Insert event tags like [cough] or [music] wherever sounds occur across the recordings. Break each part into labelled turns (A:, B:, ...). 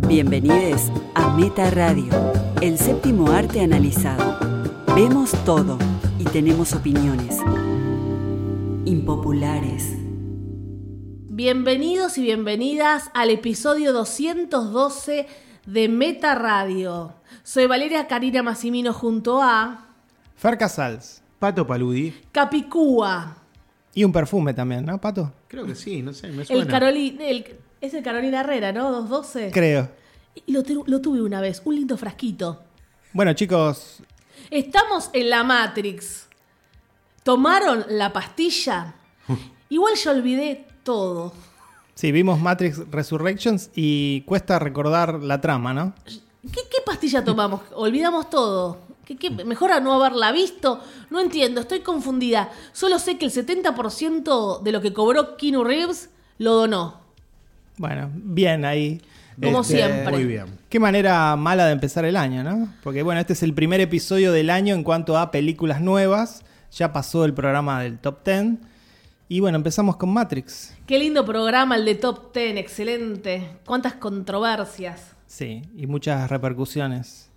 A: Bienvenidos a Meta Radio, el séptimo arte analizado. Vemos todo y tenemos opiniones impopulares.
B: Bienvenidos y bienvenidas al episodio 212 de Meta Radio. Soy Valeria Karina Massimino junto a
C: Fer Casals.
D: Pato Paludi.
B: Capicúa,
C: Y un perfume también, ¿no, Pato?
D: Creo que sí, no sé, me suena.
B: el Carolina, es el Carolina Herrera, ¿no? 212.
C: Creo.
B: Y lo, tu- lo tuve una vez, un lindo frasquito.
C: Bueno, chicos,
B: Estamos en la Matrix. Tomaron la pastilla. Igual yo olvidé todo.
C: sí, vimos Matrix Resurrections y cuesta recordar la trama, ¿no?
B: ¿Qué, qué pastilla tomamos? Olvidamos todo. ¿Qué, qué? Mejor a no haberla visto. No entiendo, estoy confundida. Solo sé que el 70% de lo que cobró Keanu Reeves lo donó.
C: Bueno, bien ahí. Este,
B: Como siempre.
D: Muy bien.
C: Qué manera mala de empezar el año, ¿no? Porque bueno, este es el primer episodio del año en cuanto a películas nuevas. Ya pasó el programa del Top 10. Y bueno, empezamos con Matrix.
B: Qué lindo programa el de Top Ten, excelente. Cuántas controversias.
C: Sí, y muchas repercusiones.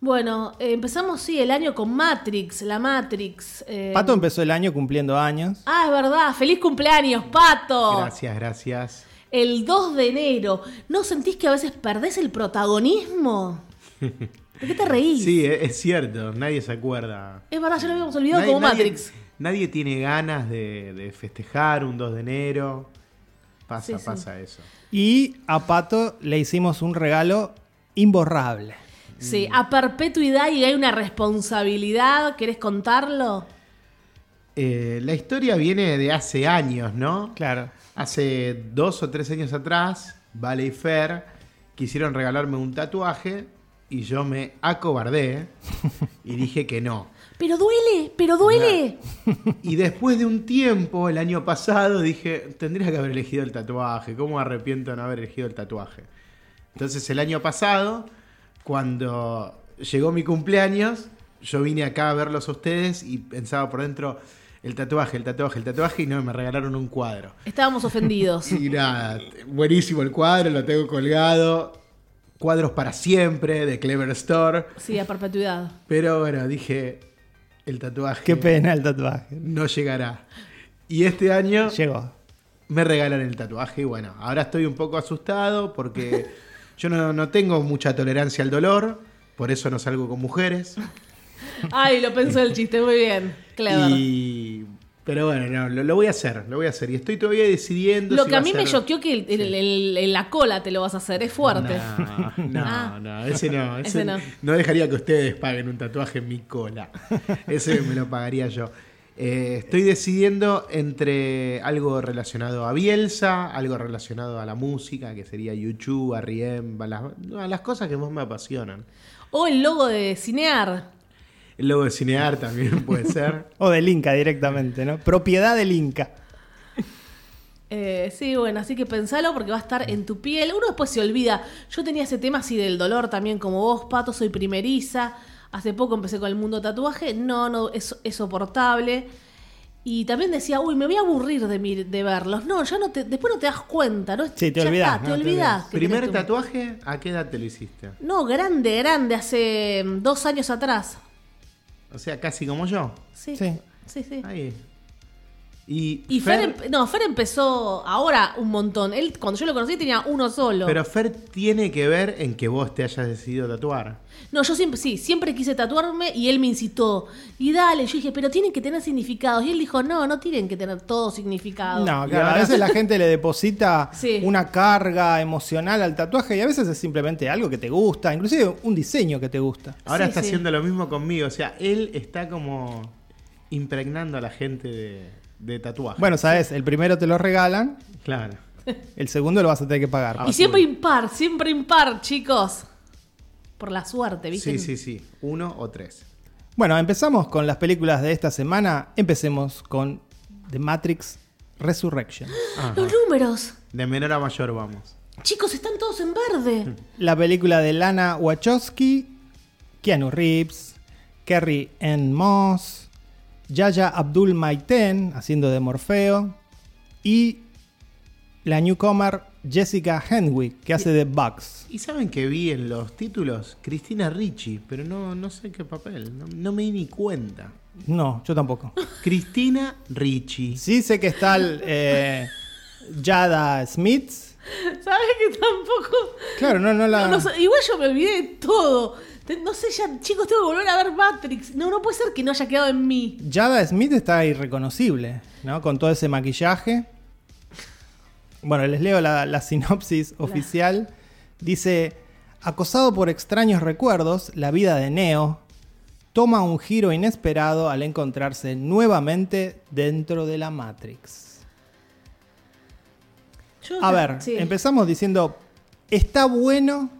B: Bueno, eh, empezamos sí el año con Matrix, la Matrix. eh.
C: Pato empezó el año cumpliendo años.
B: Ah, es verdad. Feliz cumpleaños, Pato.
D: Gracias, gracias.
B: El 2 de enero. ¿No sentís que a veces perdés el protagonismo? ¿De qué te reís?
D: Sí, e- es cierto, nadie se acuerda.
B: Es verdad, ya lo habíamos olvidado como Matrix.
D: Nadie tiene ganas de, de festejar un 2 de enero. Pasa,
B: Sí, sí.
D: pasa eso.
C: Y a Pato le hicimos un regalo imborrable.
B: Sí, a perpetuidad y hay una responsabilidad. ¿Querés contarlo?
D: Eh, la historia viene de hace años, ¿no?
C: Claro.
D: Hace dos o tres años atrás, Vale y Fer quisieron regalarme un tatuaje y yo me acobardé y dije que no.
B: Pero duele, pero duele.
D: Y después de un tiempo, el año pasado, dije, tendría que haber elegido el tatuaje, ¿cómo me arrepiento de no haber elegido el tatuaje? Entonces el año pasado, cuando llegó mi cumpleaños, yo vine acá a verlos a ustedes y pensaba por dentro, el tatuaje, el tatuaje, el tatuaje, y no, me regalaron un cuadro.
B: Estábamos ofendidos.
D: [laughs] Y nada, buenísimo el cuadro, lo tengo colgado. Cuadros para siempre, de Clever Store.
B: Sí, a perpetuidad.
D: Pero bueno, dije, el tatuaje
C: Qué pena el tatuaje.
D: no llegará. Y este año
C: Llegó.
D: me regalan el tatuaje y bueno, ahora estoy un poco asustado
B: [laughs]
D: porque yo no, no tengo mucha tolerancia al dolor, por eso no salgo con mujeres.
B: Ay, lo pensó el chiste, muy bien. Clever.
D: Y, pero bueno, no, lo, lo voy a hacer, lo voy a hacer. Y estoy todavía decidiendo...
B: Lo
D: si
B: que a
D: va
B: mí me
D: ser-
B: choqueó que el- el- el- el- la cola te lo vas a hacer, es fuerte.
D: No, no,
B: Ah.
D: no, ese no. Ese,
B: Ese no.
D: no. dejaría que ustedes paguen un tatuaje en mi cola. Ese me lo pagaría yo. Eh, estoy decidiendo entre algo relacionado a Bielsa, algo relacionado a la música, que sería YouTube, Riem, a las, a las cosas que más me apasionan.
B: O el logo de Cinear.
D: El logo de Cinear también [laughs] puede ser.
C: O del Inca directamente, ¿no? Propiedad del Inca.
B: Eh, sí, bueno, así que pensalo porque va a estar en tu piel. Uno después se olvida. Yo tenía ese tema así del dolor también, como vos, Pato, soy primeriza. Hace poco empecé con el mundo tatuaje. No, no, es, es soportable. Y también decía, uy, me voy a aburrir de, mi- de verlos. No, ya no te, después no te das cuenta, ¿no?
C: Sí, te
B: Ya
C: olvidás,
B: está, te
C: no, te
B: olvidás.
C: olvidás.
B: que
D: ¿Primer
B: tenés tu-
D: tatuaje? ¿A qué edad te lo hiciste?
B: No, grande, grande, hace mm, dos años atrás.
D: O sea, casi como yo.
B: Sí, sí,
C: Sí.
B: sí.
D: Ahí. Y,
B: Y Fer, empe- no, Fer empezó ahora un montón. Él, cuando yo lo conocí, tenía uno solo.
D: Pero Fer tiene que ver en que vos te hayas decidido tatuar.
B: No, yo siempre, sí, siempre quise tatuarme y él me incitó. Y dale, yo dije, pero tienen que tener significados. Y él dijo, no, no tienen que tener todo significado.
C: No,
D: Y
C: claro, a
D: ahora-
C: veces la gente le deposita
B: Sí.
C: una carga emocional al tatuaje y a veces es simplemente algo que te gusta, inclusive un diseño que te gusta.
D: Ahora
B: Sí,
D: está
B: sí.
D: haciendo lo mismo conmigo. O sea, él está como impregnando a la gente de, de tatuaje.
C: Bueno, sabes, el primero te lo regalan,
D: claro.
C: el segundo lo vas a tener que pagar.
D: Ah,
B: Y siempre
D: sí.
B: impar, siempre impar, chicos. Por la suerte, ¿viste?
D: Sí, sí, sí. Uno o tres.
C: Bueno, empezamos con las películas de esta semana. Empecemos con The Matrix Resurrection.
D: Ajá.
B: Los números.
D: De menor a mayor vamos.
B: Chicos, están todos en verde.
C: La película de Lana Wachowski, Keanu Reeves, Kerry N. Moss, Yaya Abdul Maiten haciendo de Morfeo y la newcomer Jessica Henwick, que hace de Bugs.
D: Y saben que vi en los títulos Cristina Ricci, pero no, no sé qué papel, no, no me di ni cuenta.
C: No, yo tampoco.
D: Cristina Ricci.
C: Sí sé que está el, eh, Jada Smith.
B: [laughs] ¿Sabes que tampoco?
C: Claro, no, no la...
B: No, no sé, igual yo me olvidé de todo. Te- No sé, ya, chicos, tengo que volver a ver Matrix. No, no puede ser que no haya quedado en mí.
C: Jada Smith está irreconocible, ¿no? Con todo ese maquillaje. Bueno, les leo la, la sinopsis oficial. Dice, acosado por extraños recuerdos, la vida de Neo toma un giro inesperado al encontrarse nuevamente dentro de la Matrix.
B: Yo-
C: A ver,
B: sí.
C: empezamos diciendo, está bueno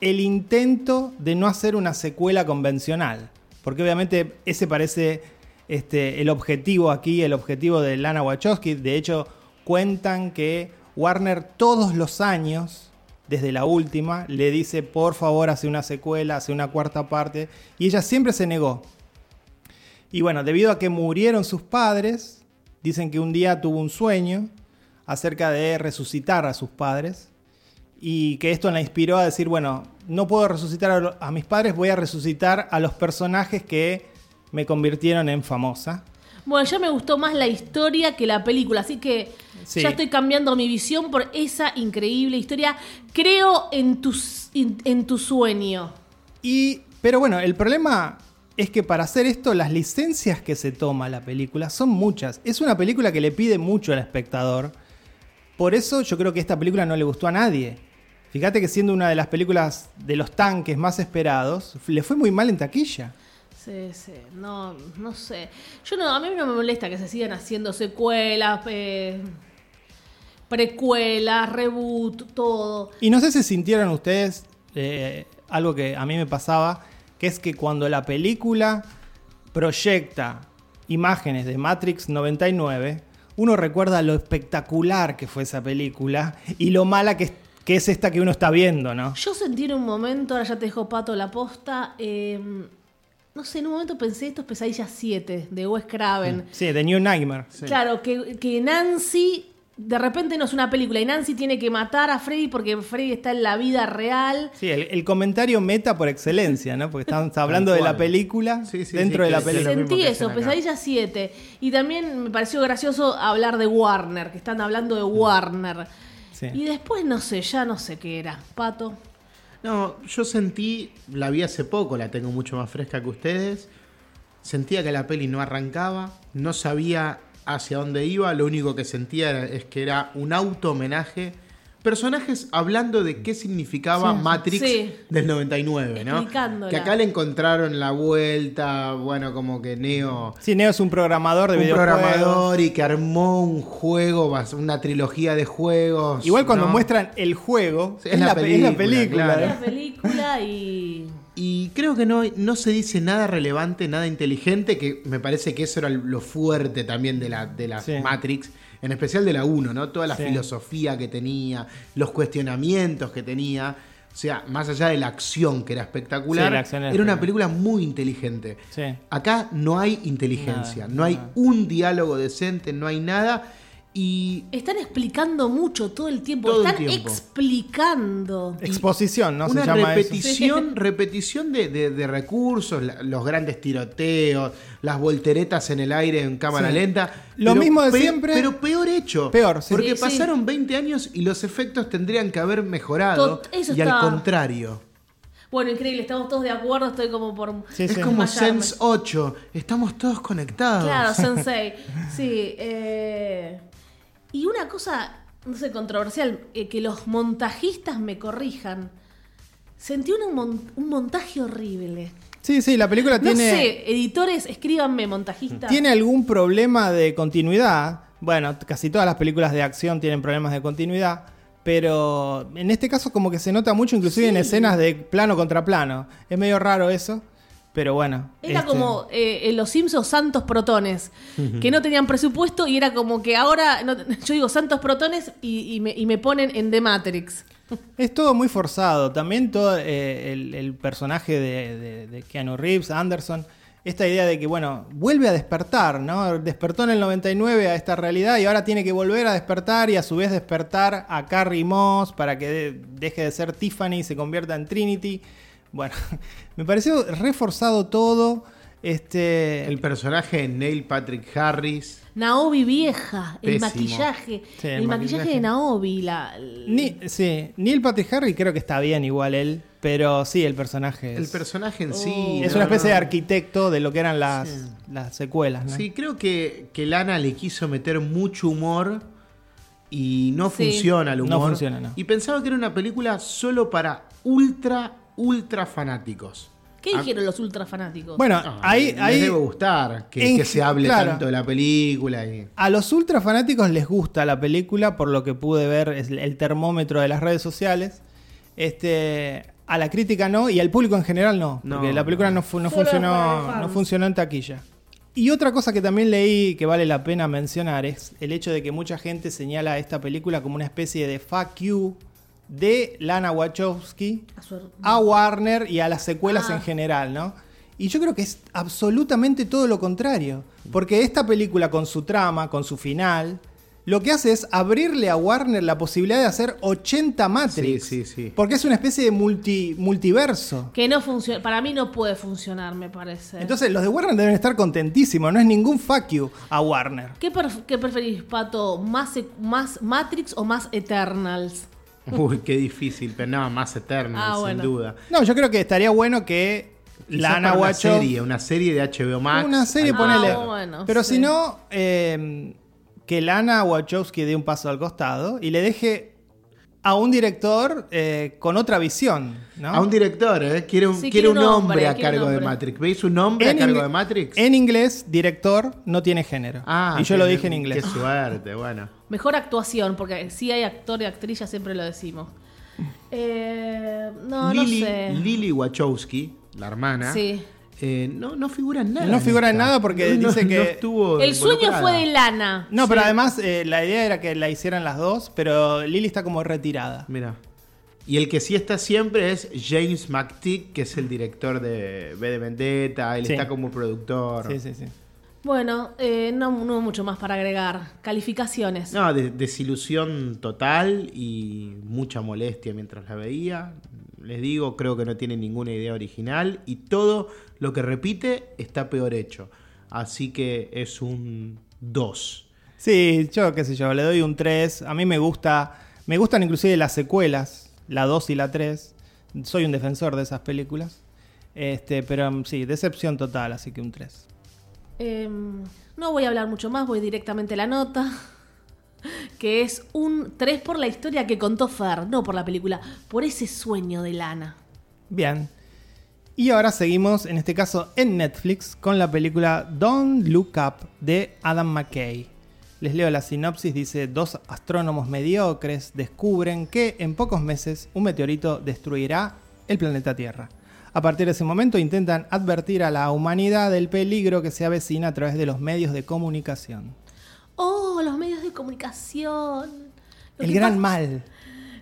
C: el intento de no hacer una secuela convencional, porque obviamente ese parece este, el objetivo aquí, el objetivo de Lana Wachowski. De hecho, cuentan que Warner todos los años, desde la última, le dice, por favor, hace una secuela, hace una cuarta parte, y ella siempre se negó. Y bueno, debido a que murieron sus padres, dicen que un día tuvo un sueño acerca de resucitar a sus padres y que esto la inspiró a decir, bueno, no puedo resucitar a, lo- a mis padres, voy a resucitar a los personajes que me convirtieron en famosa.
B: Bueno, ya me gustó más la historia que la película, así que
C: Sí.
B: ya estoy cambiando mi visión por esa increíble historia. Creo en tu, en, en tu sueño.
C: Y, pero bueno, el problema es que para hacer esto las licencias que se toma la película son muchas. Es una película que le pide mucho al espectador. Por eso yo creo que esta película no le gustó a nadie. Fíjate que siendo una de las películas de los tanques más esperados, le fue muy mal en taquilla.
B: Sí, sí, no, no sé. Yo no, a mí no me molesta que se sigan haciendo secuelas, eh, precuelas, reboot, todo.
C: Y no sé si sintieron ustedes eh, algo que a mí me pasaba, que es que cuando la película proyecta imágenes de Matrix 99, uno recuerda lo espectacular que fue esa película y lo mala que es, que es esta que uno está viendo, ¿no?
B: Yo sentí en un momento, ahora ya te dejo pato la posta, eh, no sé, en un momento pensé esto es Pesadilla 7 de Wes Craven.
C: Sí, The New Nightmare.
B: Claro, que, que Nancy de repente no es una película y Nancy tiene que matar a Freddy porque Freddy está en la vida real.
C: Sí, el, el comentario meta por excelencia, ¿no? Porque están hablando de la
D: cual.
C: película
D: Sí, sí,
C: dentro
D: sí,
C: de la
D: que- que
C: película.
D: lo mismo
B: Sentí
D: que
B: eso,
D: hacen acá.
B: Pesadilla 7. Y también me pareció gracioso hablar de Warner, que están hablando de Warner.
C: Sí.
B: Y después no sé, ya no sé qué era. Pato.
D: No, yo sentí, la vi hace poco, la tengo mucho más fresca que ustedes. Sentía que la peli no arrancaba, no sabía hacia dónde iba, lo único que sentía era- es que era un auto homenaje. Personajes hablando de qué significaba Matrix
B: Sí.
D: del 99, ¿no?
B: Explicándola.
D: Que acá le encontraron la vuelta, bueno, como que Neo
C: Sí, Neo es un programador de
D: un
C: videojuegos.
D: programador y que armó un juego, bas- una trilogía de juegos.
C: Igual cuando
D: ¿no?
C: muestran el juego,
D: Sí,
C: es, la, pe- es la película.
D: claro.
C: ¿no?
B: La película y.
D: Y creo que no, no se dice nada relevante, nada inteligente, que me parece que eso era lo fuerte también de la, de la
C: Sí.
D: Matrix, en especial de la 1, ¿no? Toda la
C: Sí.
D: filosofía que tenía, los cuestionamientos que tenía. O sea, más allá de la acción que era espectacular,
C: Sí, la acción era
D: era una
C: espectacular.
D: película muy inteligente.
C: Sí.
D: Acá no hay inteligencia,
C: Nada,
D: no hay
C: nada.
D: un diálogo decente, no hay nada. Y
B: Están explicando mucho todo el tiempo.
D: Todo el
B: están
D: tiempo.
B: explicando.
C: Exposición, ¿no?
D: una
C: se llama eso.
D: repetición, repetición de, de- de recursos, la- los grandes tiroteos, las volteretas en el aire en cámara
C: Sí.
D: lenta.
C: Lo mismo de siempre.
D: Pero peor hecho.
C: Peor, sí.
D: Porque
B: Sí, sí.
D: pasaron 20 años y los efectos tendrían que haber mejorado.
B: Tot- eso
D: y al
B: está-
D: contrario.
B: Bueno, increíble, estamos todos de acuerdo, estoy como por.
C: Sí,
D: es
C: sí.
D: como
B: Desmayarme.
D: Sense 8. Estamos todos
C: Oh.
D: conectados.
B: Claro, Sensei. Sí. eh, Y una cosa, no sé, controversial, eh, que los montajistas me corrijan. Sentí una- un, mon- un montaje horrible.
C: Sí, sí, la película
B: No
C: Ah, tiene,
B: sé, editores, escríbanme, montajistas.
C: tiene algún problema de continuidad. Bueno, t- casi todas las películas de acción tienen problemas de continuidad. Pero en este caso como que se nota mucho, inclusive en escenas de plano contra plano. Es medio raro eso, pero bueno.
B: Era
C: este,
B: como eh, en los Simpsons Santos Protones, que no tenían presupuesto y era como que ahora, no- [laughs] yo digo Santos Protones y, y me, y me ponen en The Matrix.
C: Es todo muy forzado. También todo eh, el, el personaje de, de- de Keanu Reeves, Anderson, esta idea de que, bueno, vuelve a despertar, ¿no? Despertó en el 99 a esta realidad y ahora tiene que volver a despertar y a su vez despertar a Carrie Moss para que de- deje de ser Tiffany y se convierta en Trinity. Bueno, [laughs] me pareció reforzado todo. Este,
D: El personaje de Neil Patrick Harris.
B: Naomi vieja, el
D: Pésimo.
B: maquillaje.
C: Sí,
B: el,
C: el
B: maquillaje,
C: maquillaje.
B: de Naomi. La, l-
C: Ni- sí, Neil Patrick Harry creo que está bien igual él, pero sí, el personaje es,
D: El personaje en
B: Oh.
D: sí.
C: es
D: no,
C: una especie de
D: no.
C: arquitecto de lo que eran las, las secuelas. ¿no?
D: Ah. Sí, creo que, que Lana le quiso meter mucho humor y no
B: Sí.
D: funciona el humor.
C: No funciona, no.
D: Y pensaba que era una película solo para ultra, ultra fanáticos.
B: ¿Qué
D: Ah,
B: dijeron los ultra fanáticos?
C: Bueno,
D: Ah,
C: ahí,
D: les
C: ahí
D: debe gustar que,
C: en-
D: que se hable
C: claro.
D: tanto de la película. y- [laughs]
C: a los ultra fanáticos les gusta la película, por lo que pude ver es el termómetro de las redes sociales. Este, a la crítica no, y al público en general no,
D: No,
C: porque la película no, fu- no
B: Solo para los
C: funcionó,
B: fans.
C: no funcionó en taquilla. Y otra cosa que también leí que vale la pena mencionar es el hecho de que mucha gente señala a esta película como una especie de fuck you de Lana Wachowski
B: A su her-
C: a Warner y a las secuelas
B: Ah.
C: en general, ¿no? Y yo creo que es absolutamente todo lo contrario. Porque esta película, con su trama, con su final, lo que hace es abrirle a Warner la posibilidad de hacer 80 Matrix.
D: Sí, sí, sí.
C: Porque es una especie de multi- multiverso.
B: Que no funciona. Para mí no puede funcionar, me parece.
C: Entonces, los de Warner deben estar contentísimos. No es ningún fuck you a Warner.
B: ¿Qué, perf- qué preferís, Pato? ¿Más, sec- ¿Más Matrix o más Eternals?
D: Uy, qué difícil, pero no, más eterna,
B: Ah,
D: sin
B: bueno.
D: duda.
C: No, yo creo que estaría bueno que
D: Quizás
C: Lana
D: para una
C: Wachowski.
D: serie, una serie de HBO Max. Ah.
C: Una serie,
D: algo
C: ponele.
D: así.
B: Ah, bueno,
C: Pero
B: sí.
C: si no, eh, que Lana Wachowski dé un paso al costado y le deje a un director eh, con otra visión, ¿no?
D: A un director, ¿eh? Quiere un,
B: Sí,
D: quiere un hombre a
B: quiere un
D: cargo de
B: hombre.
D: Matrix. ¿Veis un hombre a
C: En
D: cargo
C: ingle-
D: de Matrix?
C: En inglés, director no tiene género.
D: Ah,
C: y yo lo
D: qué-
C: dije en inglés.
D: Qué suerte, bueno.
B: Mejor actuación, porque si hay actor y actriz, ya siempre lo
C: [laughs]
B: decimos. Eh, no,
D: Lily,
B: no sé.
D: Lily Wachowski, la hermana,
B: Sí.
D: eh, no, no figura en nada.
C: No figura en
D: esta.
C: nada porque
D: No-
C: dice
D: no
C: que-
D: estuvo
B: El sueño
D: involucrada.
B: fue de lana.
C: No, pero además eh, la idea era que la hicieran las dos, pero Lily está como retirada.
D: Mira. Y el que sí está siempre es James McTeague, que es el director de B de Vendetta. Él
C: Sí.
D: está como productor.
C: Sí, sí, sí.
B: Bueno, eh, no, no mucho más para agregar. Calificaciones.
D: No, de- desilusión total y mucha molestia mientras la veía. Les digo, creo que no tiene ninguna idea original y todo lo que repite está peor hecho. Así que es un 2.
C: Sí, yo qué sé yo, le doy un 3. A mí me gusta, me gustan inclusive las secuelas, la 2 y la 3. Soy un defensor de esas películas. Este, pero mm, sí, decepción total, así que un 3.
B: Eh, no voy a hablar mucho más, voy directamente a la nota. [laughs] Que es un 3 por la historia que contó Fer, no por la película, por ese sueño de Lana.
C: Bien. Y ahora seguimos, en este caso en Netflix, con la película Don't Look Up de Adam McKay. Les leo la sinopsis, dice, dos astrónomos mediocres descubren que en pocos meses un meteorito destruirá el planeta Tierra. A partir de ese momento intentan advertir a la humanidad del peligro que se avecina a través de los medios de comunicación.
B: Oh, los medios de comunicación. Lo
C: El
B: que
C: gran
B: pasa-
C: mal.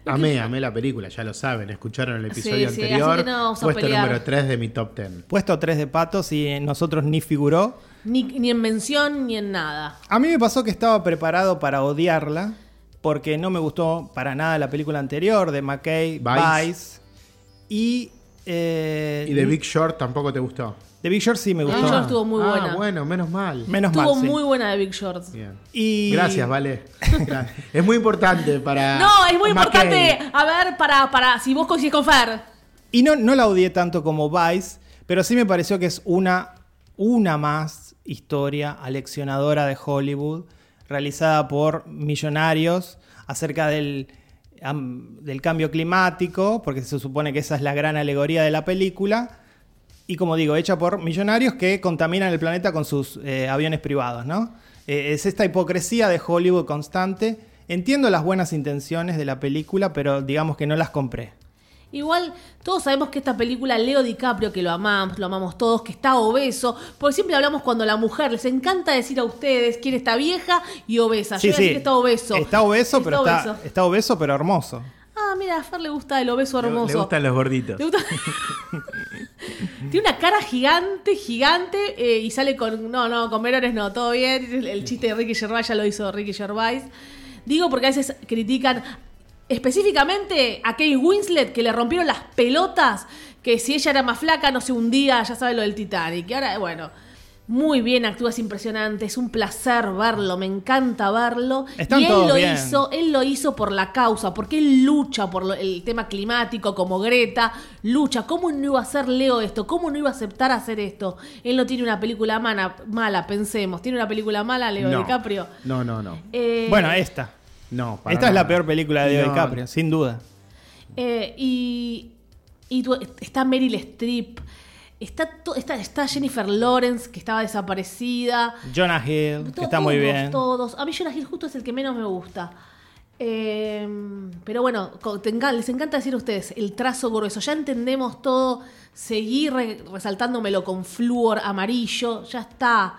D: Amé, amé la película, ya lo saben, escucharon el episodio
B: Sí, sí,
D: anterior.
B: así que no vamos a
D: puesto
B: pelear.
D: número 3 de mi top 10.
C: Puesto 3 de patos y en nosotros ni figuró.
B: Ni, ni en mención ni en nada.
C: A mí me pasó que estaba preparado para odiarla porque no me gustó para nada la película anterior de McKay,
D: Vice.
C: Vice, y, eh,
D: Y de Big Short tampoco te gustó.
C: The Big Short sí me
B: Mm. Big
C: gustó.
B: Short estuvo muy
D: ah,
B: buena.
D: bueno, menos mal.
C: Menos
B: Estuvo
C: mal. sí.
B: muy buena de Big Short.
D: Bien.
C: Y-
D: Gracias, Vale. Gracias. es muy importante
B: [laughs]
D: para.
B: No, es muy
D: McKay.
B: importante. A ver, para, para, si vos coincidís con Fer.
C: Y no, no la odié tanto como Vice, pero sí me pareció que es una, una más historia aleccionadora de Hollywood, realizada por millonarios acerca del, am- del cambio climático, porque se supone que esa es la gran alegoría de la película. Y como digo, hecha por millonarios que contaminan el planeta con sus eh, aviones privados, ¿no? Eh, es esta hipocresía de Hollywood constante. Entiendo las buenas intenciones de la película, pero digamos que no las compré.
B: Igual, todos sabemos que esta película, Leo DiCaprio, que lo amamos, lo amamos todos, que está obeso, porque siempre hablamos cuando la mujer, les encanta decir a ustedes quién está vieja y obesa. Yo voy a decir que está obeso.
C: Está obeso, pero está,
B: obeso.
C: está obeso, pero hermoso.
B: ah, mira, a Fer le gusta el obeso
D: Le-
B: hermoso.
D: Le gustan los gorditos.
B: Le gusta- [laughs] Tiene una cara gigante, gigante, eh, y sale con. No, no, con menores no, todo bien. El, el chiste de Ricky Gervais ya lo hizo Ricky Gervais. Digo porque a veces critican específicamente a Kate Winslet que le rompieron las pelotas, que si ella era más flaca no se hundía, ya sabe lo del Titanic. Y ahora, bueno. Muy bien, actúas impresionante, es un placer verlo, me encanta verlo.
C: Están
B: y él
C: todos
B: lo
C: bien.
B: hizo él lo hizo por la causa, porque él lucha por lo- el tema climático, como Greta, lucha. ¿Cómo no iba a hacer Leo esto? ¿Cómo no iba a aceptar hacer esto? Él no tiene una película mana- mala, pensemos. ¿Tiene una película mala, Leo
D: no.
B: DiCaprio?
D: No, no, no.
B: Eh,
C: Bueno, esta.
D: No, para
C: Esta es
D: nada.
C: la peor película de
D: No.
C: DiCaprio, sin duda.
B: eh, y, y tu- está Meryl Streep. Está, to- está, está Jennifer Lawrence, que estaba desaparecida.
C: Jonah Hill, que
B: To-
C: está muy
B: todos,
C: bien.
B: Todos. A mí Jonah Hill justo es el que menos me gusta. Eh, pero bueno, co- te enca- les encanta decir a ustedes el trazo grueso. Ya entendemos todo. Seguí re- resaltándomelo con flúor amarillo. Ya está.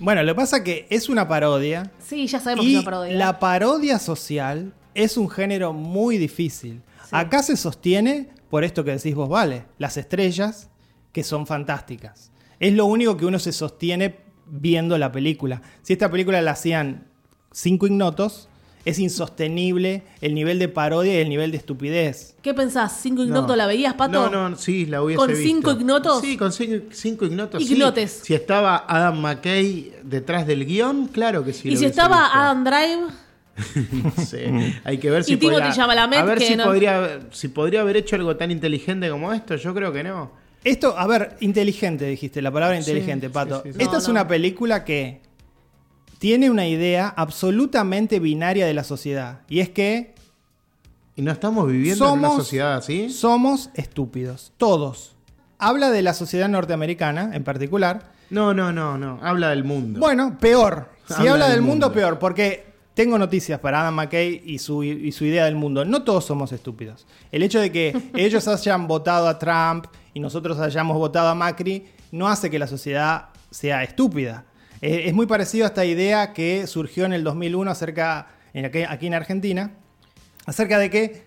C: Bueno, lo que pasa que es una parodia.
B: Sí, ya sabemos que
C: Y
B: es una parodia.
C: la parodia social es un género muy difícil. Acá se sostiene por esto que decís vos, vale, las estrellas que son fantásticas. Es lo único que uno se sostiene viendo la película. Si esta película la hacían cinco ignotos, es insostenible el nivel de parodia y el nivel de estupidez.
B: ¿Qué pensás? ¿Cinco ignotos la veías, Pato?
D: No, no, sí, la hubiese
B: ¿Con
D: visto.
B: cinco ignotos?
D: Sí, con cinco, cinco ignotos. sí.
B: Ignotes.
D: Si estaba Adam McKay detrás del guión, claro que sí.
B: y
D: la
B: si
D: hubiese
B: estaba
D: visto.
B: Adam Drive,
D: [laughs] No sé, Hay que ver si
B: Y Timothy
D: podría,
B: Chalamet,
D: a ver
B: que
D: si,
B: no-
D: podría, si podría haber hecho algo tan inteligente como esto. Yo creo que no.
C: Esto, a ver, inteligente dijiste, la palabra inteligente,
D: sí,
C: Pato.
D: sí, sí.
C: Esta
B: No,
C: es
B: no.
C: una película que tiene una idea absolutamente binaria de la sociedad. Y es que
D: Y no estamos viviendo en una
C: Somos-
D: sociedad así.
C: somos estúpidos, todos. Habla de la sociedad norteamericana en particular.
D: No, no, no, no. Habla del mundo.
C: Bueno, peor. Si habla,
D: Habla del
C: del mundo,
D: mundo.
C: peor. Porque tengo noticias para Adam McKay y su, y su idea del mundo. No todos somos estúpidos. El hecho de que
D: [laughs]
C: ellos hayan votado a Trump y nosotros hayamos votado a Macri no hace que la sociedad sea estúpida. Eh, es muy parecido a esta idea que surgió en el 2001 acerca, en aqu- aquí en Argentina, acerca de que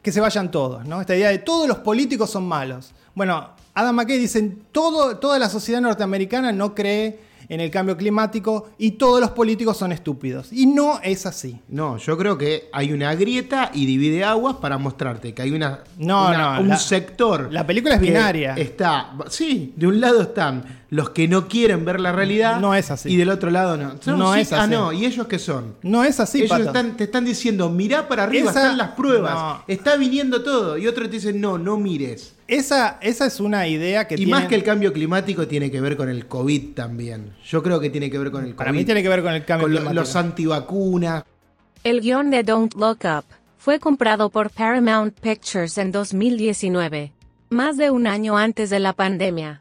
C: que se vayan todos, ¿no? Esta idea de todos los políticos son malos. Bueno, Adam McKay dice, todo, toda la sociedad norteamericana no cree en el cambio climático y todos los políticos son estúpidos. Y no es así.
D: No, yo creo que hay una grieta y divide aguas para mostrarte que hay una,
C: No,
D: una-
C: no,
D: un
C: la-
D: sector.
C: la película es
D: que
C: binaria.
D: Está, sí, de un lado están los que no quieren ver la realidad.
C: No es así.
D: Y del otro lado no.
C: No
D: sí,
C: es
D: Ah,
C: así.
D: no, ¿y ellos qué son?
C: No es así,
D: ellos
C: Pato.
D: están- te están diciendo, mirá para arriba,
C: Esa-
D: están las pruebas,
C: no.
D: está viniendo todo. Y otros te dicen, no, no mires.
C: Esa, esa es una idea que
D: y
C: tienen-
D: más que el cambio climático tiene que ver con el COVID también. Yo creo que tiene que ver con el COVID.
C: Para mí tiene que ver con el cambio
D: con lo-
C: climático.
D: los antivacunas,
E: El guión de Don't Look Up fue comprado por Paramount Pictures en 2019, más de un año antes de la pandemia.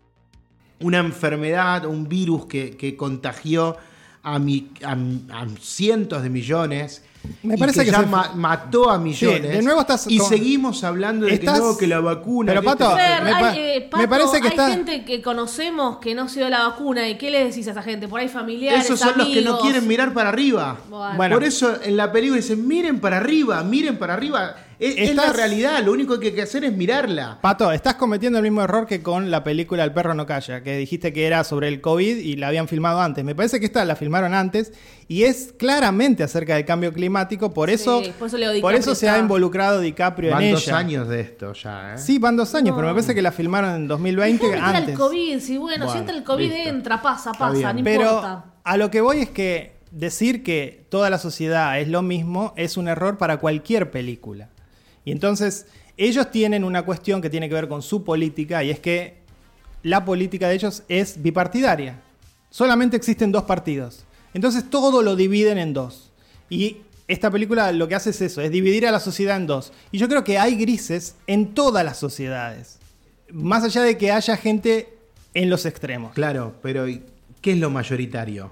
D: una enfermedad, un virus que, que contagió a, mi- a, a cientos de millones.
C: Me
D: y
C: parece que
D: ya
C: se-
D: ma- mató a millones.
C: de nuevo estás
D: y
C: con-
D: seguimos hablando de
C: Estás-
D: que no, que la vacuna.
C: Pero,
D: que
C: Pato,
D: este-
B: Fer,
C: me pa-
B: hay, eh,
C: me
B: Pato,
C: parece que
B: hay
C: está-
B: gente que conocemos que no se dio la vacuna. ¿Y qué le decís a esa gente? Por ahí familiares,
D: Esos son los que no
B: amigos.
D: quieren mirar para arriba.
B: Bueno.
C: Bueno.
D: Por eso en la película dicen, miren para arriba, miren para arriba. Es, es la
C: Estás-
D: realidad, lo único que hay que hacer es mirarla.
C: Pato, estás cometiendo el mismo error que con la película El perro no calla, que dijiste que era sobre el COVID y la habían filmado antes. Me parece que esta la filmaron antes y es claramente acerca del cambio climático, por
B: Sí,
C: eso,
B: por eso Leo
C: por
B: DiCaprio
C: eso se
B: está-
C: ha involucrado DiCaprio
D: Van
C: en
D: dos
C: ella.
D: años de esto ya, ¿eh?
C: Sí, van dos años,
B: No.
C: pero me parece que la filmaron en
B: Dejá
C: 2020
B: de entrar
C: antes.
B: el COVID, si bueno, si
D: Bueno,
B: entra el COVID
D: listo.
B: entra, pasa,
D: Está
B: pasa,
D: bien.
B: no
C: Pero
B: importa.
C: a lo que voy es que decir que toda la sociedad es lo mismo es un error para cualquier película. Y entonces ellos tienen una cuestión que tiene que ver con su política y es que la política de ellos es bipartidaria. Solamente existen dos partidos. Entonces todo lo dividen en dos. Y esta película lo que hace es eso, es dividir a la sociedad en dos. Y yo creo que hay grises en todas las sociedades. Más allá de que haya gente en los extremos.
D: Claro, pero ¿y ¿qué es lo mayoritario?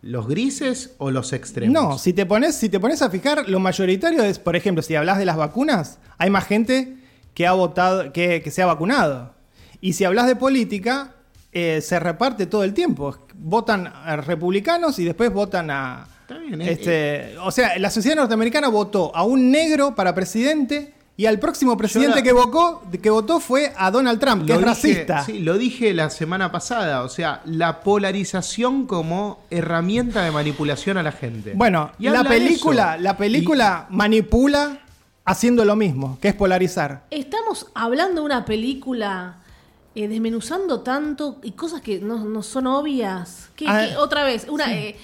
D: ¿Los grises o los extremos?
C: No, si te pones, si te pones a fijar, lo mayoritario es, por ejemplo, si hablas de las vacunas, hay más gente que ha votado, que, que se ha vacunado. Y si hablas de política, eh, se reparte todo el tiempo. Votan a republicanos y después votan a.
D: Está bien, eh,
C: este, o sea, la sociedad norteamericana votó a un negro para presidente Y al próximo presidente
D: la-
C: que, votó, que votó fue a Donald Trump, que es
D: Lo dije-
C: racista.
D: sí, lo dije la semana pasada. O sea, la polarización como herramienta de manipulación a la gente.
C: Bueno,
D: Y
C: la
D: habla de
C: película,
D: eso.
C: la película manipula haciendo lo mismo, que es polarizar.
B: Estamos hablando de una película eh, desmenuzando tanto y cosas que no, no son obvias. ¿Qué-
C: Ah,
B: qué- otra vez, una, eh,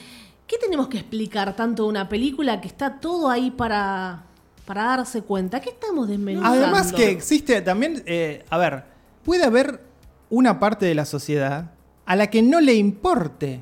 B: ¿qué tenemos que explicar tanto de una película que está todo ahí para, para darse cuenta? ¿Qué estamos desmenuzando?
C: Además que existe también, eh, a ver, puede haber una parte de la sociedad a la que no le importe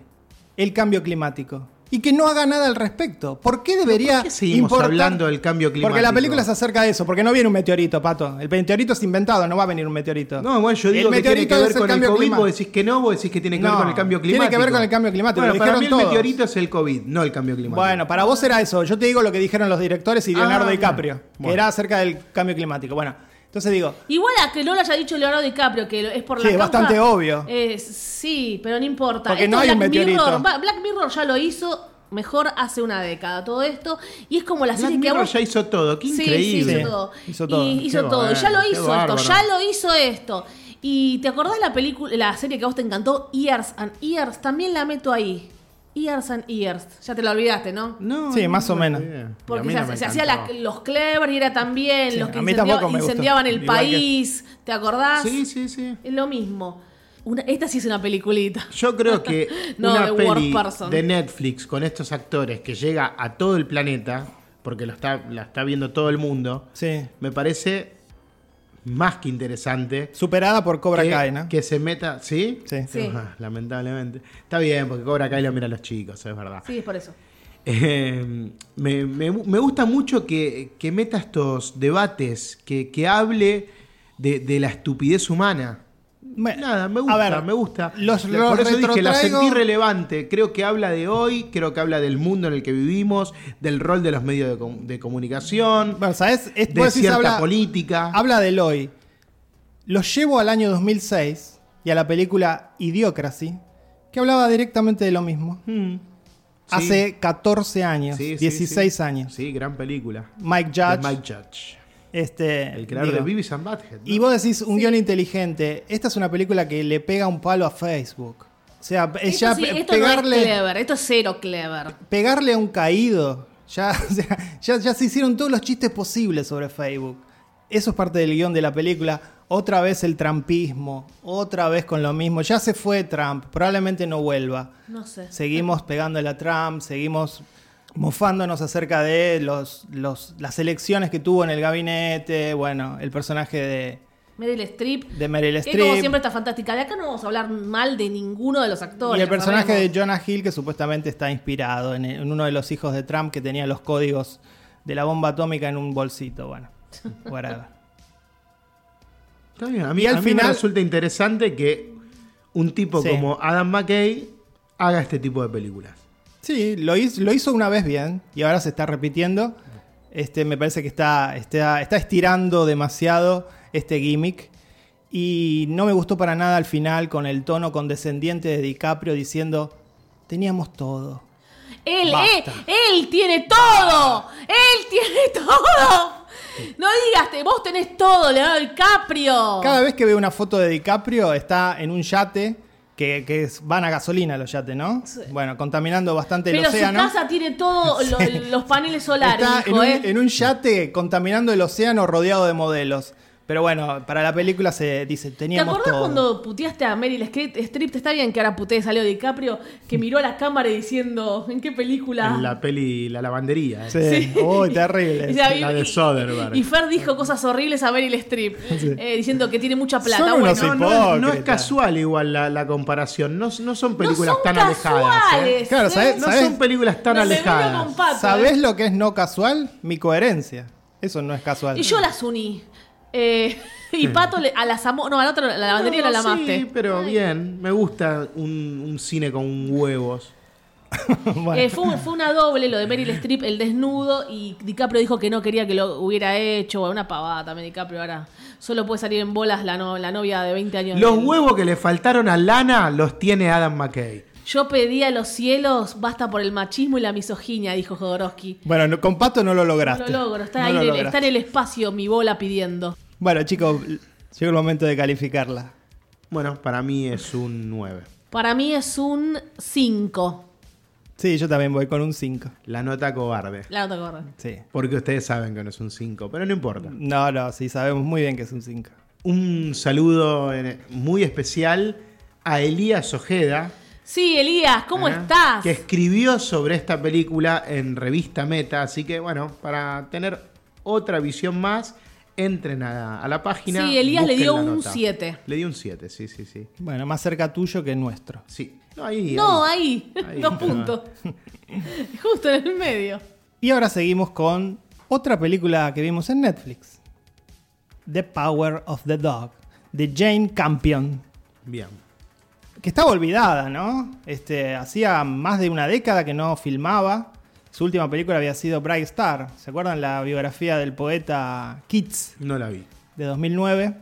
C: el cambio climático y que no haga nada al respecto. ¿Por qué debería
D: ¿Por qué seguimos
C: importar?
D: hablando del cambio climático?
C: Porque la película se acerca a eso, porque no viene un meteorito, Pato. El meteorito es inventado, no va a venir un meteorito.
D: No, bueno, yo digo
C: el
D: que tiene
C: meteorito
D: que ver
C: es el
D: con el
C: cambio
D: COVID,
C: climático.
D: vos decís que no, vos decís que tiene que
C: No,
D: ver con el cambio
C: tiene que
D: climático.
C: ver con el cambio climático,
D: Bueno,
C: lo
D: para
C: dijeron
D: mí
C: todos.
D: el meteorito es el COVID, no el cambio climático.
C: Bueno, para vos era eso. Yo te digo lo que dijeron los directores y
D: Ah,
C: Leonardo
D: bueno.
C: DiCaprio, que
D: Bueno.
C: era acerca del cambio climático. Bueno, entonces digo,
B: Igual a que no lo haya dicho Leonardo DiCaprio, que lo- es por la
C: Sí, es
B: causa,
C: bastante obvio.
B: eh, sí, pero no importa.
C: Porque no hay un meteorito.
B: Mirror, va- Black Mirror ya lo hizo mejor hace una década todo esto. Y es como la
D: Black
B: serie que a
D: Mirror
B: vos-
D: ya hizo todo, qué
B: Sí,
D: increíble.
B: Sí, hizo todo.
C: Hizo todo.
B: Y hizo
D: Qué
B: todo.
D: bueno,
B: ya lo
D: qué
B: hizo
D: bárbaro.
B: esto, ya lo hizo esto. Y te acordás la película, la serie que a vos te encantó, Years and Years, también la meto ahí. Years and Years. Ya te la olvidaste, ¿no?
D: No,
C: Sí, más o
D: me
C: menos.
D: olvidé.
B: Porque
D: A mí
B: se,
D: no me
B: se hacía la-
D: encantó.
B: los clever y era también
C: Sí,
B: los que
C: a mí
B: incendiaba-
C: tampoco me gustó.
B: incendiaban el
C: Igual que-
B: país. ¿Te acordás?
D: Sí, sí, sí.
B: Es lo mismo. Una- esta sí es una peliculita.
D: Yo creo que
B: [laughs] No,
D: una
B: de
D: peli
B: Worst Person.
D: de Netflix con estos actores que llega a todo el planeta, porque lo está, la está viendo todo el mundo,
C: sí,
D: me parece más que interesante
C: superada por Cobra
D: que,
C: Kai, ¿no?
D: que se meta, ¿sí?
C: Sí.
B: Sí.
D: Ah, Lamentablemente. Está bien, porque Cobra Kai lo mira a los chicos, es verdad.
B: Sí, es por eso.
D: Eh, me, me- me gusta mucho que, que meta estos debates, que, que hable de, de la estupidez humana.
C: Me-
D: Nada, me gusta,
C: a ver,
D: me gusta.
C: Los,
D: Le-
C: los
D: Por eso dije, la
C: retrotraigo-
D: sentí relevante. Creo que habla de hoy, creo que habla del mundo en el que vivimos, del rol de los medios de, com- de comunicación,
C: Bueno, ¿sabes? Es-
D: de
C: vos decís,
D: cierta
C: habla,
D: política.
C: habla del hoy. Lo llevo al año 2006 y a la película Idiocracy, que hablaba directamente de lo mismo.
D: Mm. Sí,
C: Hace 14 años,
D: sí, sí,
C: 16
D: sí.
C: años.
D: Sí, gran película.
C: Mike
D: De
C: Judge,
D: Mike Judge.
C: este,
D: El creador
C: digo,
D: de Beavis and Butthead. ¿no?
C: Y vos decís, un guión inteligente. Esta es una película que le pega un palo a Facebook. O sea, es
B: Esto
C: ya
B: sí,
C: pe-
B: esto no es
C: pegarle,
B: clever, esto es cero clever.
C: pegarle a un caído. Ya, [laughs] o sea, ya, ya se hicieron todos los chistes posibles sobre Facebook. Eso es parte del guión de la película. Otra vez el trampismo. Otra vez con lo mismo. Ya se fue Trump. Probablemente no vuelva.
B: No sé.
C: Seguimos pegándole a Trump. Seguimos mofándonos acerca de los, los- las elecciones que tuvo en el gabinete. Bueno, el personaje de,
B: Meryl Streep.
C: de Meryl
B: Que como
C: Streep.
B: siempre está fantástica. De acá no vamos a hablar mal de ninguno de los actores.
C: Y el personaje de
B: sabemos.
C: Jonah Hill, que supuestamente está inspirado en, en uno de los hijos de Trump que tenía los códigos de la bomba atómica en un bolsito. Bueno, whatever.
D: Está bien, A mí,
C: Y al
D: a mí me
C: final-
D: resulta interesante que un tipo
C: Sí.
D: como Adam McKay haga este tipo de películas.
C: Sí, lo hizo, lo hizo una vez bien y ahora se está repitiendo. Este, me parece que está, está, está estirando demasiado este gimmick. Y no me gustó para nada al final con el tono condescendiente de DiCaprio diciendo, teníamos todo.
B: Él, él,
C: Basta.
B: él tiene todo. Él tiene
C: [laughs]
B: todo. No digas, te- vos tenés todo, Leonardo DiCaprio.
C: Cada vez que veo una foto de DiCaprio está en un yate que, que es- van a gasolina los yates, ¿no? Bueno, contaminando bastante el
B: Pero su
C: océano.
B: casa tiene
D: [laughs]
B: todos los paneles solares,
C: está en
B: hijo,
C: un,
B: ¿eh?
C: en un yate contaminando el océano rodeado de modelos. Pero bueno, para la película se dice,
B: ¿Te
C: teníamos
B: acordás
C: todo.
B: cuando puteaste a Meryl Streep? Streep? Te Está bien que ahora putees a Leo DiCaprio, que miró a la cámara y diciendo, ¿en qué película?
D: En la peli La lavandería. ¿eh?
C: Sí, uy,
B: [laughs]
C: terrible.
B: Y se-
D: la de
B: y-
D: Soderbergh.
B: Y Fer dijo cosas horribles a Meryl Streep, eh, diciendo que tiene mucha plata.
C: Son
B: bueno,
C: unos
D: No, no, no es
C: Hipócrita.
D: casual igual la, la comparación. No, no son películas
B: son
D: tan alejadas. ¿eh?
B: casuales,
C: Claro,
B: ¿eh?
C: ¿sabes?
D: No son películas tan
B: Me vino con
D: alejadas.
B: pato,
C: ¿Sabés
B: ¿eh?
C: lo que es no casual? Mi coherencia. Eso no es casual.
B: Y yo las uní. Eh, [laughs] y Pato le- a las amó. No, a la otra, a la lavandería
D: No,
B: la amaste.
D: Sí, pero bien. Me gusta un, un cine con huevos.
C: Bueno,
B: Eh, fue, fue una doble lo de Meryl Streep, el desnudo, y DiCaprio dijo que no quería que lo hubiera hecho. Bueno, una pavada también DiCaprio ahora. Solo puede salir en bolas la, no- la novia de 20 años.
D: Los
B: del-
D: huevos que le faltaron a Lana los tiene Adam McKay.
B: Yo pedí a los cielos basta por el machismo y la misoginia, dijo Jodorowsky.
C: Bueno, no- con Pato no lo
B: No
C: lograste.
B: lo logro, está,
C: No
B: ahí,
C: lo
B: en-
C: lograste.
B: está en el espacio mi bola pidiendo.
C: Bueno, chicos, llegó el momento de calificarla.
D: Bueno, para mí es un 9.
B: Para mí es un 5.
C: Sí, yo también voy con un 5.
D: La nota cobarde.
B: La nota corre.
C: Sí.
D: Porque ustedes saben que no es un 5, pero no importa.
C: No, no, sí, sabemos muy bien que es un 5.
D: Un saludo en- muy especial a Elías Ojeda.
B: Sí, Elías, ¿cómo
D: ¿eh?
B: estás?
D: Que escribió sobre esta película en revista Meta. Así que, bueno, para tener otra visión más, entren a, a la página.
B: Sí, Elías le
D: busquen
B: dio
D: la
B: un
D: nota.
B: siete.
D: Le dio un 7, sí, sí, sí.
C: Bueno, más cerca tuyo que nuestro.
D: Sí. No, ahí.
B: No,
D: ahí.
B: ahí.
D: Ahí,
B: Dos
D: ahí.
B: puntos. Justo en el medio.
C: Y ahora seguimos con otra película que vimos en Netflix. The Power of the Dog, de Jane Campion.
D: Bien.
C: Que estaba olvidada, ¿no? Este, hacía más de una década que no filmaba. Su última película había sido Bright Star. ¿Se acuerdan la biografía del poeta Keats
D: No la vi.
C: de 2009?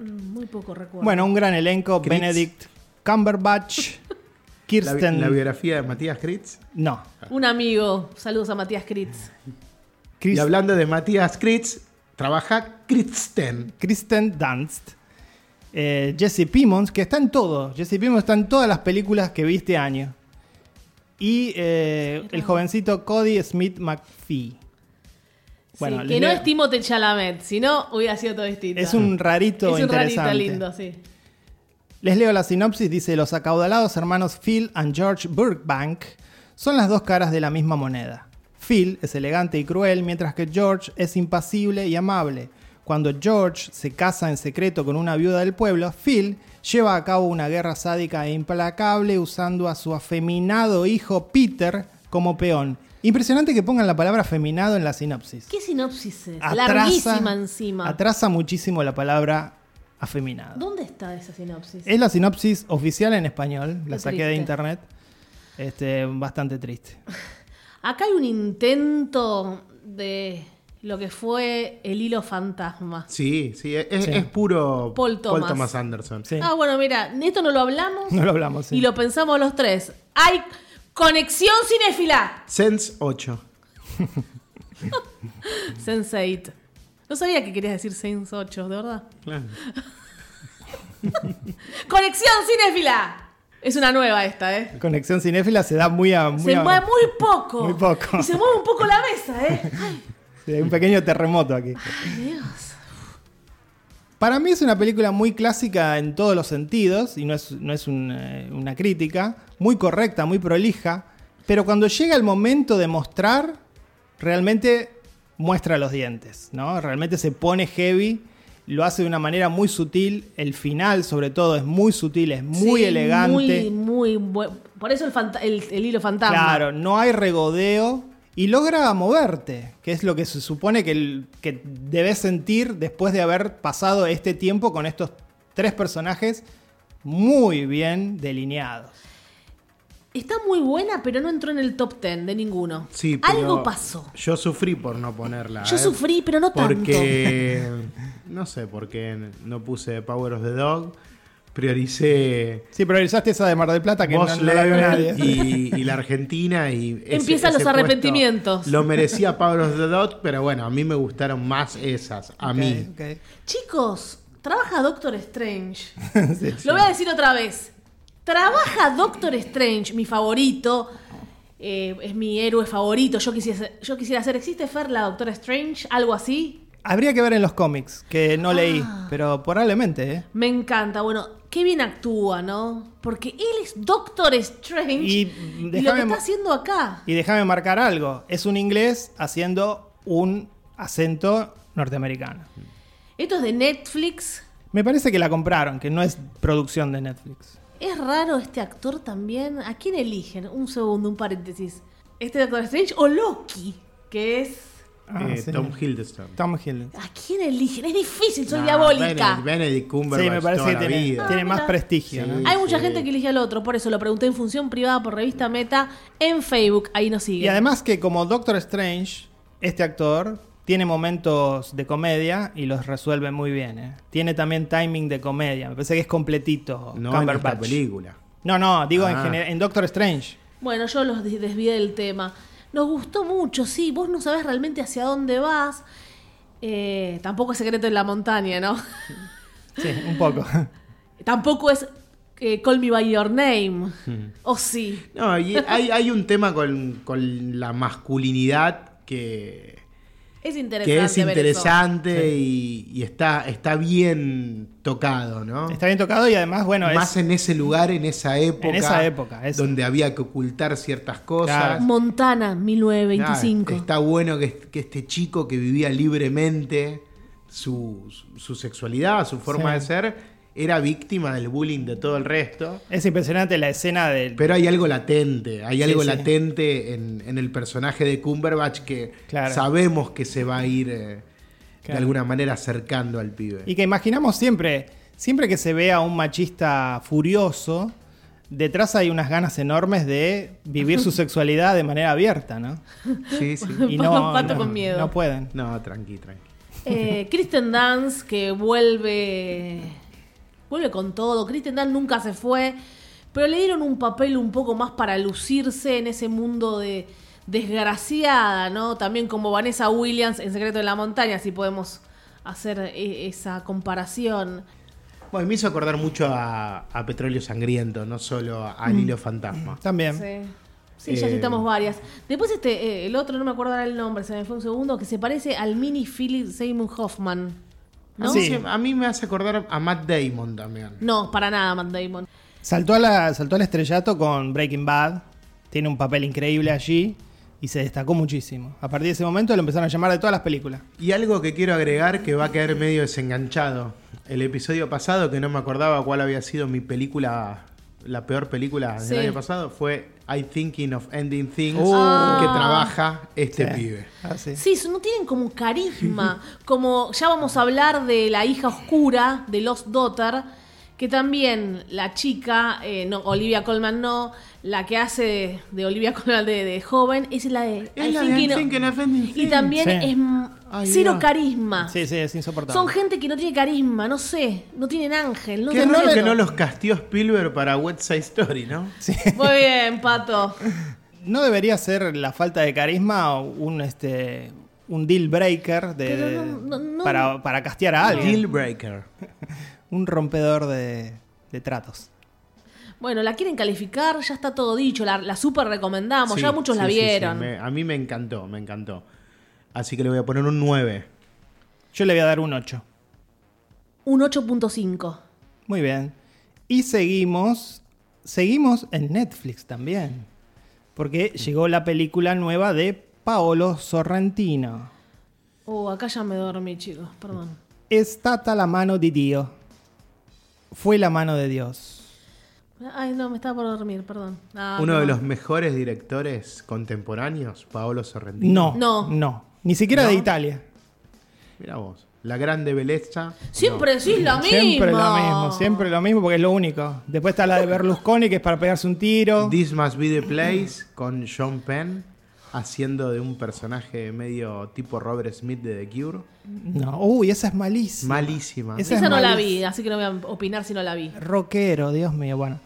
B: Mm, Muy poco recuerdo.
C: Bueno, un gran elenco.
D: Keats.
C: Benedict
D: [laughs]
C: Cumberbatch,
D: La, bi-
C: Kirsten...
D: la biografía de Matías Kritz.
C: no.
B: Un amigo. Saludos a Matías Kritz.
D: Y
C: Kirsten-
D: hablando de Matías Kritz, trabaja Kritzen.
C: Kristen Dunst, eh, Jesse Pimmons, que está en todo. Jesse Pimmons está en todas las películas que vi este año. Y eh, el jovencito Cody Smith McPhee. [laughs] Bueno,
B: Sí,
C: les
B: que no
C: leo-
B: es Timothée Chalamet, si no hubiera sido todo distinto.
C: Es un rarito
B: Es un
C: interesante.
B: rarito lindo, sí.
C: Les leo la sinopsis, dice los acaudalados hermanos Phil and George Burbank son las dos caras de la misma moneda. Phil es elegante y cruel, mientras que George es impasible y amable. Cuando George se casa en secreto con una viuda del pueblo, Phil lleva a cabo una guerra sádica e implacable usando a su afeminado hijo Peter como peón. Impresionante que pongan la palabra afeminado en la sinopsis.
B: ¿Qué sinopsis es? Larguísima encima.
C: Atrasa muchísimo la palabra afeminado.
B: ¿Dónde está esa sinopsis?
C: Es la sinopsis oficial en español, la
B: Qué
C: saqué de
B: triste.
C: internet. Este,
B: [laughs]
C: bastante triste.
B: Acá hay un intento de lo que fue el hilo fantasma.
D: Sí, sí, es,
C: Sí.
D: es puro
B: Paul Thomas.
D: Anderson.
C: Sí.
B: Ah, bueno, mira, esto no lo hablamos
C: No lo hablamos. sí.
B: y lo pensamos los tres. Hay conexión cinéfila.
D: Sense 8.
B: Sense8. No sabía que querías decir Sense 8, de verdad. Conexión cinéfila. Es una nueva esta, ¿eh?
C: Conexión cinéfila se da muy a. Muy
B: Se
C: a-
B: mueve muy poco.
C: Muy poco.
B: Y se mueve un poco la mesa, ¿eh? Ay,
C: sí, hay un pequeño terremoto aquí.
B: Dios.
C: Para mí es una película muy clásica en todos los sentidos, y no es, no es un, eh, una crítica, muy correcta, muy prolija, pero cuando llega el momento de mostrar, realmente muestra los dientes, ¿no? Realmente se pone heavy, lo hace de una manera muy sutil, el final sobre todo es muy sutil, es [laughs] muy
B: Sí, Muy,
C: elegante.
B: muy buen- Por eso el, fanta- el- el hilo fantasma.
C: Claro, no hay regodeo y logra moverte, que es lo que se supone que, el- que debes sentir después de haber pasado este tiempo con estos tres personajes muy bien delineados.
B: Está muy buena, pero no entró en el top 10 de ninguno.
D: Sí, pero
B: Algo pasó.
D: Yo sufrí por no ponerla.
B: Yo
D: ¿eh?
B: sufrí, pero no tanto. [laughs]
D: Porque. No sé por qué no puse Power of the Dog. Prioricé.
C: Sí, priorizaste esa de Mar del Plata Ah, que no,
D: Boss
C: no la vio nadie.
D: Level y, y la Argentina y ese-
B: Empiezan
D: ese
B: los
D: puesto
B: arrepentimientos.
D: Lo merecía Power of the Dog, pero bueno, a mí me gustaron más esas, a mí.
C: Ok, ok.
B: Chicos, trabaja Doctor
C: [laughs]
B: Strange. Lo voy a decir otra vez. Trabaja Doctor Strange, mi favorito. eh, es mi héroe favorito. Yo quisiera, ser- yo quisiera ser. ¿Existe Fer la Doctor Strange? ¿Algo así?
C: Habría que ver en los cómics, que no leí, pero probablemente, ¿eh?
B: Me encanta. Bueno, qué bien actúa, ¿no? Porque él es Doctor Strange.
C: Y,
B: Y, lo
C: déjame
B: que está
C: mo-
B: haciendo acá.
C: Y déjame marcar algo, es un inglés haciendo un acento norteamericano.
B: Esto es de Netflix.
C: Me parece que la compraron, que no es producción de Netflix.
B: Es raro este actor también. ¿A quién eligen? Un segundo, un paréntesis. ¿Este Doctor Strange o Loki? Que es.
C: Ah,
D: Eh,
C: sí.
D: Tom Hiddleston.
C: Tom Hill.
B: ¿A quién eligen? Es difícil, soy
D: Nah,
B: diabólica.
D: Benedict, Benedict Cumberbatch
C: Sí, me parece
D: toda
C: que
D: la
C: tiene,
D: vida.
C: tiene
B: Ah,
C: más
B: mira.
C: prestigio.
D: Sí.
C: ¿no?
B: Hay mucha gente que elige al otro, por eso lo pregunté en función privada por revista Meta en Facebook. Ahí nos sigue.
C: Y además que como Doctor Strange, este actor tiene momentos de comedia y los resuelve muy bien. ¿eh? Tiene también timing de comedia. Me parece que es completito.
D: No en esta
C: Cumberbatch.
D: película.
C: No, no, digo en,
D: Ah.
C: general- en Doctor Strange.
B: Bueno, yo los des- desvié del tema. Nos gustó mucho, sí. Vos no sabés realmente hacia dónde vas. Eh, tampoco es secreto en la montaña, ¿no? [laughs]
C: Sí, un [laughs] poco.
B: tampoco es eh, Call Me By Your Name. O sí.
D: No, y hay, hay un tema con, con la masculinidad que,
B: Es interesante.
D: que es
B: ver eso.
D: interesante y, y está, está bien tocado, ¿no?
C: Está bien tocado y además, bueno,
D: Más
C: es.
D: en ese lugar, en esa época.
C: En esa época, eso.
D: Donde había que ocultar ciertas cosas.
C: Claro.
B: Montana,
D: Claro,
B: 1925.
D: está bueno que, que este chico que vivía libremente su, su sexualidad, su forma
C: Sí.
D: de ser, era víctima del bullying de todo el resto.
C: Es impresionante la escena del.
D: Pero hay algo latente, hay algo
C: sí.
D: latente en, en el personaje de Cumberbatch que
C: Claro.
D: sabemos que se va a ir eh, de
C: Claro.
D: alguna manera acercando al pibe.
C: Y que imaginamos siempre, siempre que se ve a un machista furioso, detrás hay unas ganas enormes de
B: [laughs]
C: vivir su sexualidad de manera abierta, ¿no?
D: Sí, sí.
C: Y no,
B: Pato
C: no,
B: con miedo.
C: no pueden.
D: No, tranqui, tranqui.
B: Eh, Kristen Dance que vuelve vuelve con todo. Kristen Dance nunca se fue, pero le dieron un papel un poco más para lucirse en ese mundo de desgraciada, ¿no? También como Vanessa Williams en Secreto de la Montaña, si podemos hacer e- esa comparación.
D: Bueno, me hizo acordar mucho a, a Petróleo Sangriento, no solo al
C: Mm.
D: hilo fantasma.
C: También.
B: Sí. Sí, ya
D: Eh,
B: citamos varias. Después este, eh, el otro, no me acuerdo ahora el nombre, se me fue un segundo, que se parece al mini Philip Seymour Hoffman. ¿No?
D: A
C: Sí.
D: mí se- A mí me hace acordar a Matt Damon también.
B: No, para nada, Matt Damon.
C: Saltó, a la, saltó al estrellato con Breaking Bad. Tiene un papel increíble allí y se destacó muchísimo. A partir de ese momento lo empezaron a llamar de todas las películas.
D: Y algo que quiero agregar que va a quedar medio desenganchado. El episodio pasado, que no me acordaba cuál había sido mi película, la peor película del
B: Sí.
D: año pasado, fue I Thinking of Ending Things,
C: Oh.
D: que trabaja este pibe.
C: Así.
B: Sí, son- no tienen como un
D: [laughs]
B: carisma. Como ya vamos a hablar de la hija oscura de Lost Daughter, que también la chica, eh, no, Olivia Colman no, la que hace de, de Olivia Colman de, de joven, es la de.
D: Es
B: I
D: la de
B: think
D: I
B: you know.
D: Thinking of Ending
B: Y
D: Things.
B: también
C: Sí.
B: es m-
D: Ay,
B: cero
D: Dios.
B: carisma.
C: Sí, sí, es insoportable.
B: Son gente que no tiene carisma, no sé, no tienen ángel. No
D: Qué
B: sé.
D: raro que no los castió Spielberg para West Side Story, ¿no?
B: Muy bien, Pato.
C: No debería ser la falta de carisma un, este, un deal breaker de,
B: Pero no- no- no-
C: para, para castear a alguien.
D: Deal Breaker.
C: Un rompedor de, de tratos.
B: Bueno, la quieren calificar, ya está todo dicho, la, la super recomendamos,
D: Sí,
B: ya muchos la
D: sí, sí, sí.
B: vieron.
D: Me- a mí me encantó, me encantó. Así que le voy a poner un 9.
C: Yo le voy a dar un 8.
B: Un 8.5.
C: Muy bien. Y seguimos. Seguimos en Netflix también. Porque llegó la película nueva de Paolo Sorrentino.
B: Oh, acá ya me dormí, chicos, perdón.
C: Es Tata la mano de Dios. Fue la mano de Dios.
B: Ay, no, me estaba por dormir, perdón. Ah,
D: Uno
B: no.
D: de los mejores directores contemporáneos, Paolo Sorrentino.
C: No.
B: No.
C: No. Ni siquiera
D: ¿No?
C: de Italia.
D: Mira vos, la grande belleza.
B: Siempre decís lo mismo.
C: Siempre lo mismo, siempre lo mismo porque es lo único. Después está la de Berlusconi que es para pegarse un tiro.
D: No. This Must Be the Place con John Penn haciendo de un personaje medio tipo Robert Smith de The Cure.
C: No, uy, esa es malísima.
D: Malísima.
C: Esa
B: Esa no la
C: malísima.
B: vi, así que no voy a opinar si no la vi.
C: Rockero, Dios mío, bueno.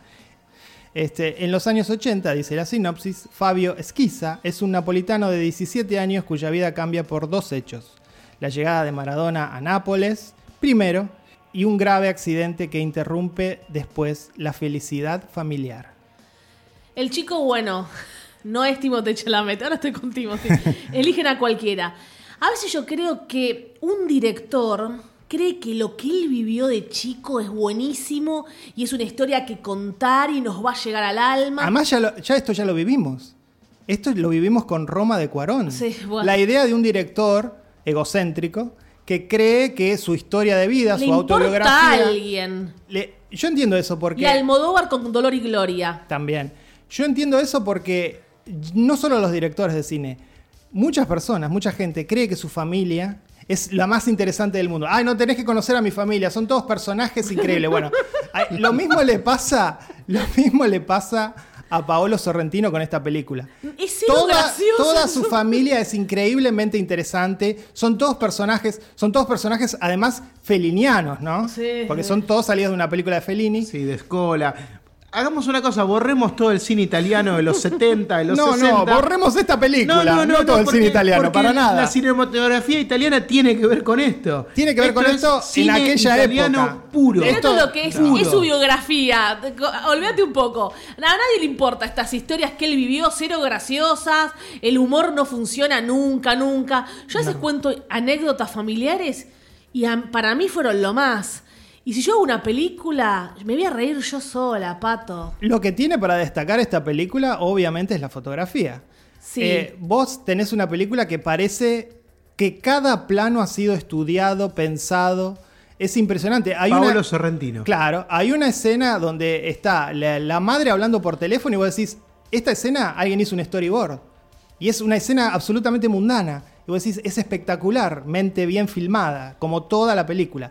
C: Este, en los años 80, dice la sinopsis, Fabio Esquiza es un napolitano de 17 años cuya vida cambia por dos hechos. La llegada de Maradona a Nápoles, primero, y un grave accidente que interrumpe después la felicidad familiar.
B: El chico bueno, no es Timothée Chalamet, ahora estoy con
C: [laughs]
B: Timothy. Eligen a cualquiera. A veces yo creo que un director cree que lo que él vivió de chico es buenísimo y es una historia que contar y nos va a llegar al alma.
C: Además, ya, lo- ya esto ya lo vivimos. Esto lo vivimos con Roma de Cuarón.
B: Sí, bueno.
C: La idea de un director egocéntrico que cree que su historia de vida,
B: Le
C: su
B: importa a
C: autobiografía...
B: alguien.
C: Le- yo entiendo eso porque.
B: Y Almodóvar con Dolor y Gloria.
C: También. Yo entiendo eso porque no solo los directores de cine, muchas personas, mucha gente cree que su familia es la más interesante del mundo. Ay, no tenés que conocer a mi familia, son todos personajes increíbles. Bueno,
B: [laughs]
C: ay, lo mismo le pasa, lo mismo le pasa a Paolo Sorrentino con esta película.
B: Es cero
C: Toda,
B: gracioso.
C: toda su familia es increíblemente interesante. Son todos personajes, son todos personajes además felinianos, ¿no?
B: Sí.
C: Porque son todos salidos de una película de Fellini.
D: Sí, de escola. Hagamos una cosa, borremos todo el cine italiano de los 70, de los
C: no,
D: 60.
C: no, borremos esta película. No, todo el
D: porque-
C: cine italiano,
D: porque
C: para nada.
D: La cinematografía italiana tiene que ver con esto.
C: Tiene que ver con
D: es
C: esto en
D: cine
C: aquella
D: italiano
C: época.
D: puro.
B: Pero esto
C: Esto-
B: es lo que es,
D: Puro.
B: es su biografía. Co- Olvídate un poco. A nadie le importa estas historias que él vivió, cero graciosas. El humor no funciona nunca, nunca. Yo a veces cuento anécdotas familiares y a- para mí fueron lo más. Y si yo hago una película, me voy a reír yo sola, pato.
C: Lo que tiene para destacar esta película, obviamente, es la fotografía.
B: Sí.
C: Eh, vos tenés una película que parece que cada plano ha sido estudiado, pensado. Es impresionante. Hay
D: Paolo
C: una,
D: Sorrentino.
C: Claro, hay una escena donde está la, la madre hablando por teléfono y vos decís, esta escena alguien hizo un storyboard. Y es una escena absolutamente mundana. Y vos decís, es espectacular, mente bien filmada, como toda la película.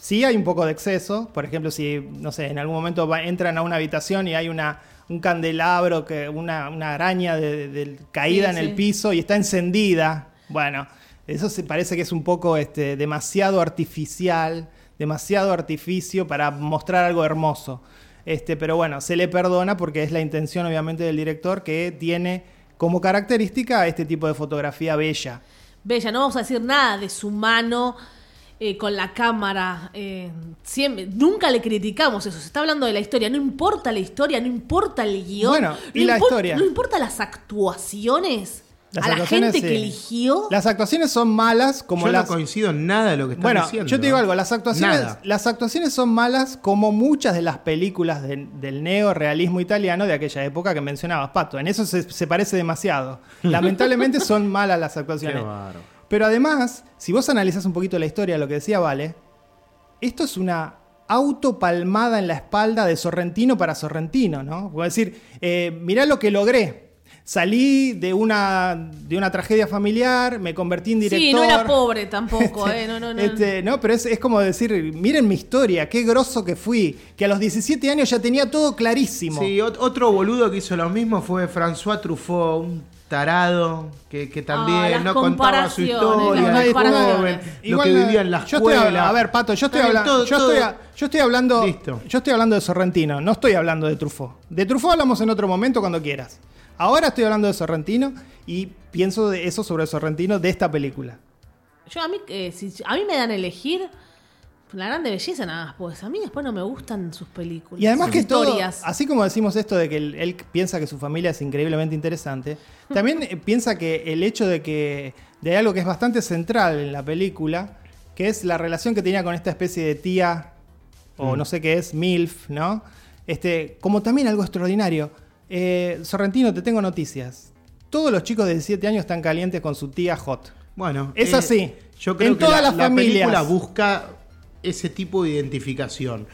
C: Sí hay un poco de exceso, por ejemplo, si, no sé, en algún momento va- entran a una habitación y hay una, un candelabro, que, una, una araña de, de- de- caída
B: Sí,
C: en el
B: sí.
C: piso y está encendida. Bueno, eso se parece que es un poco este, demasiado artificial, demasiado artificio para mostrar algo hermoso. Este, pero bueno, se le perdona porque es la intención obviamente del director que tiene como característica este tipo de fotografía bella.
B: Bella, no vamos a decir nada de su mano eh, con la cámara. eh, siempre, nunca le criticamos eso. Se está hablando de la historia. No importa la historia, no importa el guión.
C: Bueno, y
B: no
C: la
B: impor-
C: historia.
B: No importa las actuaciones.
C: Las
B: a
C: actuaciones,
B: la gente que
C: sí.
B: eligió.
C: Las actuaciones son malas como
D: Yo
C: las...
D: no coincido en nada de lo que estás
C: Bueno,
D: diciendo.
C: yo te digo algo, las actuaciones,
D: Nada.
C: las actuaciones son malas como muchas de las películas de- del neorealismo italiano de aquella época que mencionabas, Pato. En eso se, se parece
D: [laughs]
C: demasiado. Lamentablemente son malas las
D: Qué
C: actuaciones.
D: bárbaro.
C: Pero además, si vos analizás un poquito la historia, lo que decía Vale, esto es una autopalmada en la espalda de Sorrentino para Sorrentino, ¿no? Puedo decir, eh, mirá lo que logré. Salí de una, de una tragedia familiar, me convertí en director.
B: sí, no era pobre
C: [laughs]
B: tampoco. eh, no, no, no.
C: Este, no, pero es, es como decir, miren mi historia, qué grosso que fui, que a los 17 años ya tenía todo clarísimo.
D: Sí, ot- otro boludo que hizo lo mismo fue François Truffaut, un tarado que, que también
B: Ah, las
D: no contaba su
B: comparaciones,
D: historia,
C: las
D: de joven,
B: comparaciones.
D: lo que
C: eh,
D: vivía en la
C: yo estoy
D: escuela.
C: hablando- a ver, Pato, yo estoy,
D: Está bien,
C: hablando,
D: todo-
C: yo,
D: todo-
C: estoy, a- yo estoy hablando.
D: Listo.
C: Yo estoy hablando de Sorrentino, no estoy hablando de Truffaut. De Truffaut hablamos en otro momento cuando quieras. Ahora estoy hablando de Sorrentino y pienso de eso sobre Sorrentino de esta película.
B: Yo a mí, eh, si a mí me dan a elegir la grande belleza nada más, pues a mí después no me gustan sus películas.
C: Y además
B: sus
C: que todo,
B: historias.
C: así como decimos esto de que él, él piensa que su familia es increíblemente interesante, también eh, piensa que el hecho de que de algo que es bastante central en la película, que es la relación que tenía con esta especie de tía o
D: Mm.
C: no sé qué es milf, ¿no? Este, como también algo extraordinario. Eh, Sorrentino, te tengo noticias. Todos los chicos de 17 años están calientes con su tía hot.
D: Bueno, eh,
C: Es así.
D: Yo creo
C: En
D: que
C: todas
D: la,
C: las
D: la
C: familias.
D: película busca ese tipo de identificación.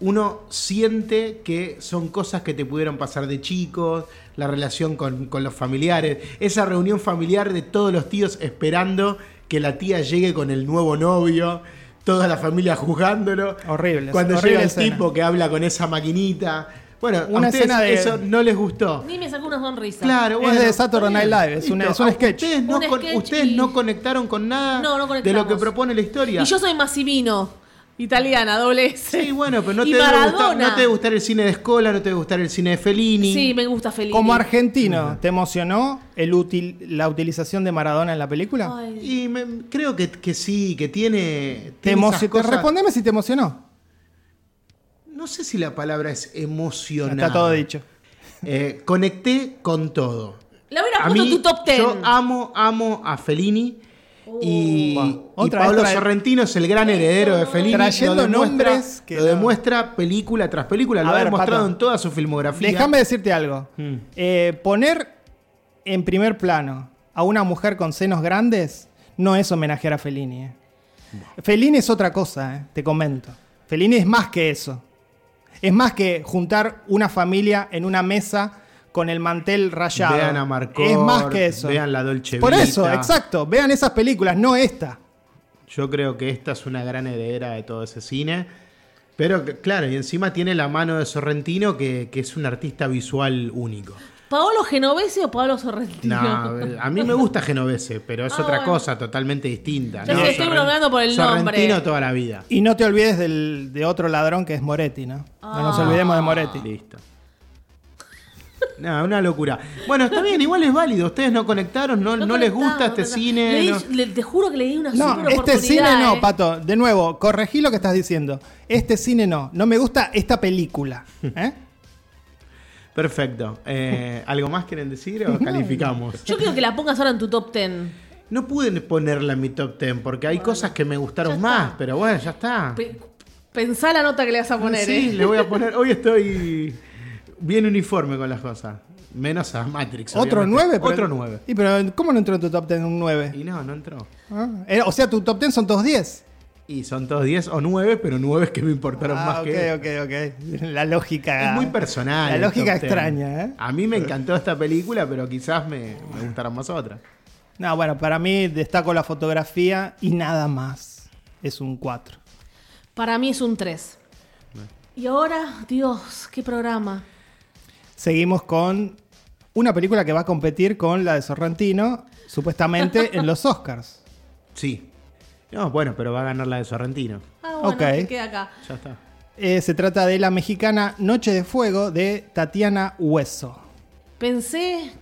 D: Uno siente que son cosas que te pudieron pasar de chicos, la relación con, con los familiares, esa reunión familiar de todos los tíos esperando que la tía llegue con el nuevo novio, toda la familia juzgándolo.
C: Horrible,
D: Cuando
C: horrible
D: llega el
C: escena.
D: tipo que habla con esa maquinita. Bueno,
C: Una
D: a ustedes
C: escena de-
D: eso no les gustó.
B: Ni me sacó una sonrisa.
D: Claro,
C: Es
D: bueno.
C: de Saturday Night
D: está bien.
C: Live, es una-
D: Listo.
C: es un
D: A
C: sketch.
D: Ustedes, no,
B: Un
D: con-
B: sketch
D: ustedes
B: y-
D: no conectaron con nada
B: No, no
D: de lo que
B: conectamos.
D: propone la historia.
B: Y yo soy Massimino, italiana, doble S.
D: Sí, bueno, pero no
B: Y
D: te, debe gustar,
B: Maradona.
D: no te debe gustar el cine de Escola, no te debe gustar el cine de Fellini.
B: Sí, me gusta Felipe.
C: Como argentino, ¿te emocionó el util- la utilización de Maradona en la película?
D: Y me- creo que, que sí, que tiene.
C: Te
D: tiene esas
C: emocionó.
D: cosas-
C: Respondeme si te emocionó.
D: No sé si la palabra es emocionante.
C: Está todo dicho.
D: conecté con todo.
B: La hubiera
D: A
B: puesto
D: mí,
B: en tu top 10.
D: Yo amo, amo a Fellini. Y,
C: Buah.
D: y
C: Uh, Otra vez
D: Pablo
C: trae-
D: Sorrentino es el gran heredero de Fellini.
C: Trayendo
D: lo demuestra-
C: nombres que
D: lo
C: no-
D: demuestra película tras película. Lo
C: A
D: ha
C: ver,
D: demostrado
C: Pato.
D: en toda su filmografía.
C: Déjame decirte algo.
D: ¿eh? Mm.
C: Eh, poner en primer plano a una mujer con senos grandes no es homenajear a Fellini. eh. Fellini es otra cosa, eh, te comento. Fellini es más que eso. Es más que juntar una familia en una mesa con el mantel rayado.
D: Vean a Marcor,
C: es más que eso.
D: vean la Dolce
C: Por eso,
D: Vita.
C: exacto. Vean esas películas, no esta.
D: Yo creo que esta es una gran heredera de todo ese cine.
B: [laughs]
D: Pero que- claro, y encima tiene la mano de Sorrentino, que, que es un artista visual único.
B: ¿Paolo Genovese o Paolo Sorrentino?
D: No, a mí me gusta Genovese, pero es
B: Ah,
D: otra
B: bueno.
D: cosa totalmente distinta.
B: [laughs] Ya
D: No,
B: sé, estoy
D: Sorren-
B: bromeando por el nombre.
D: Sorrentino toda la vida.
C: Y no te olvides del, de otro ladrón que es Moretti, ¿no?
D: Ah.
C: No nos olvidemos de Moretti.
D: Listo. [laughs] No, una locura. Bueno, está bien, igual es válido. Ustedes no conectaron, no, no, les
B: conectamos,
D: gusta este
B: no-
D: cine.
B: Le di-
D: no.
B: le- te juro que le di una
C: No,
B: super
C: este
B: oportunidad,
C: cine no,
B: eh.
C: Pato. De nuevo, corregí lo que estás diciendo. Este cine no. No me gusta esta
D: [laughs]
C: película. ¿eh?
D: Perfecto. Eh, ¿Algo más quieren
B: [laughs]
D: decir o calificamos?
B: Yo quiero que la pongas ahora en tu top 10.
D: No pude ponerla en mi top 10 porque hay cosas que me
B: ya
D: gustaron
B: está.
D: más, pero bueno, ya está.
B: Pe- Pensá la nota que le vas a poner,
D: Ah, sí,
B: ¿eh?
D: le
B: [laughs]
D: voy a poner. Hoy estoy bien uniforme con las cosas. Menos a Matrix.
C: Otro
D: obviamente.
C: 9.
D: Otro 9.
C: ¿Y pero cómo no entró en tu top 10 un 9?
D: Y no, no entró.
C: o sea, tu top 10 son todos 10.
D: Y son todos 10 o 9, pero 9 es que me importaron más
C: Ah, ok,
D: que.
C: ok, ok. [laughs] La lógica.
D: Es muy personal.
C: La
D: el
C: lógica
D: top ten.
C: extraña, ¿eh?
D: A mí me encantó esta película, pero quizás me, me gustaron más otras.
C: No, bueno, para mí destaco la fotografía y nada más. Es un 4.
B: Para mí es un 3. Y ahora, Dios, qué programa.
C: Seguimos con una película que va a competir con la de Sorrentino, supuestamente en los Oscars.
D: Sí. No, bueno, pero va a ganar la de Sorrentino.
B: Ah, bueno,
C: Ok.
B: se queda acá.
D: Ya está.
C: Eh, se trata de la mexicana Noche de Fuego de Tatiana Hueso.
B: Pensé,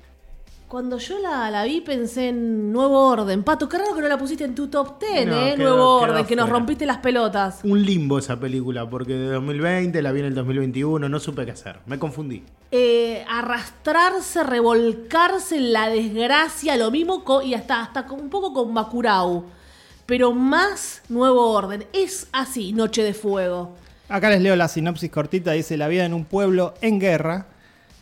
B: cuando yo la, la vi, pensé en Nuevo Orden. Pato, qué raro que no la pusiste en tu top 10,
D: No,
B: ¿eh? Nuevo
D: quedó- quedó
B: Orden, que nos
D: afuera.
B: rompiste las pelotas.
D: Un limbo esa película, porque de 2020 la vi en el 2021, no supe qué hacer. Me confundí.
B: Eh, arrastrarse, revolcarse en la desgracia, lo mismo co- y hasta, hasta con- un poco con Bakurau. Pero más Nuevo Orden. Es así, Noche de Fuego.
C: Acá les leo la sinopsis cortita, dice la vida en un pueblo en guerra,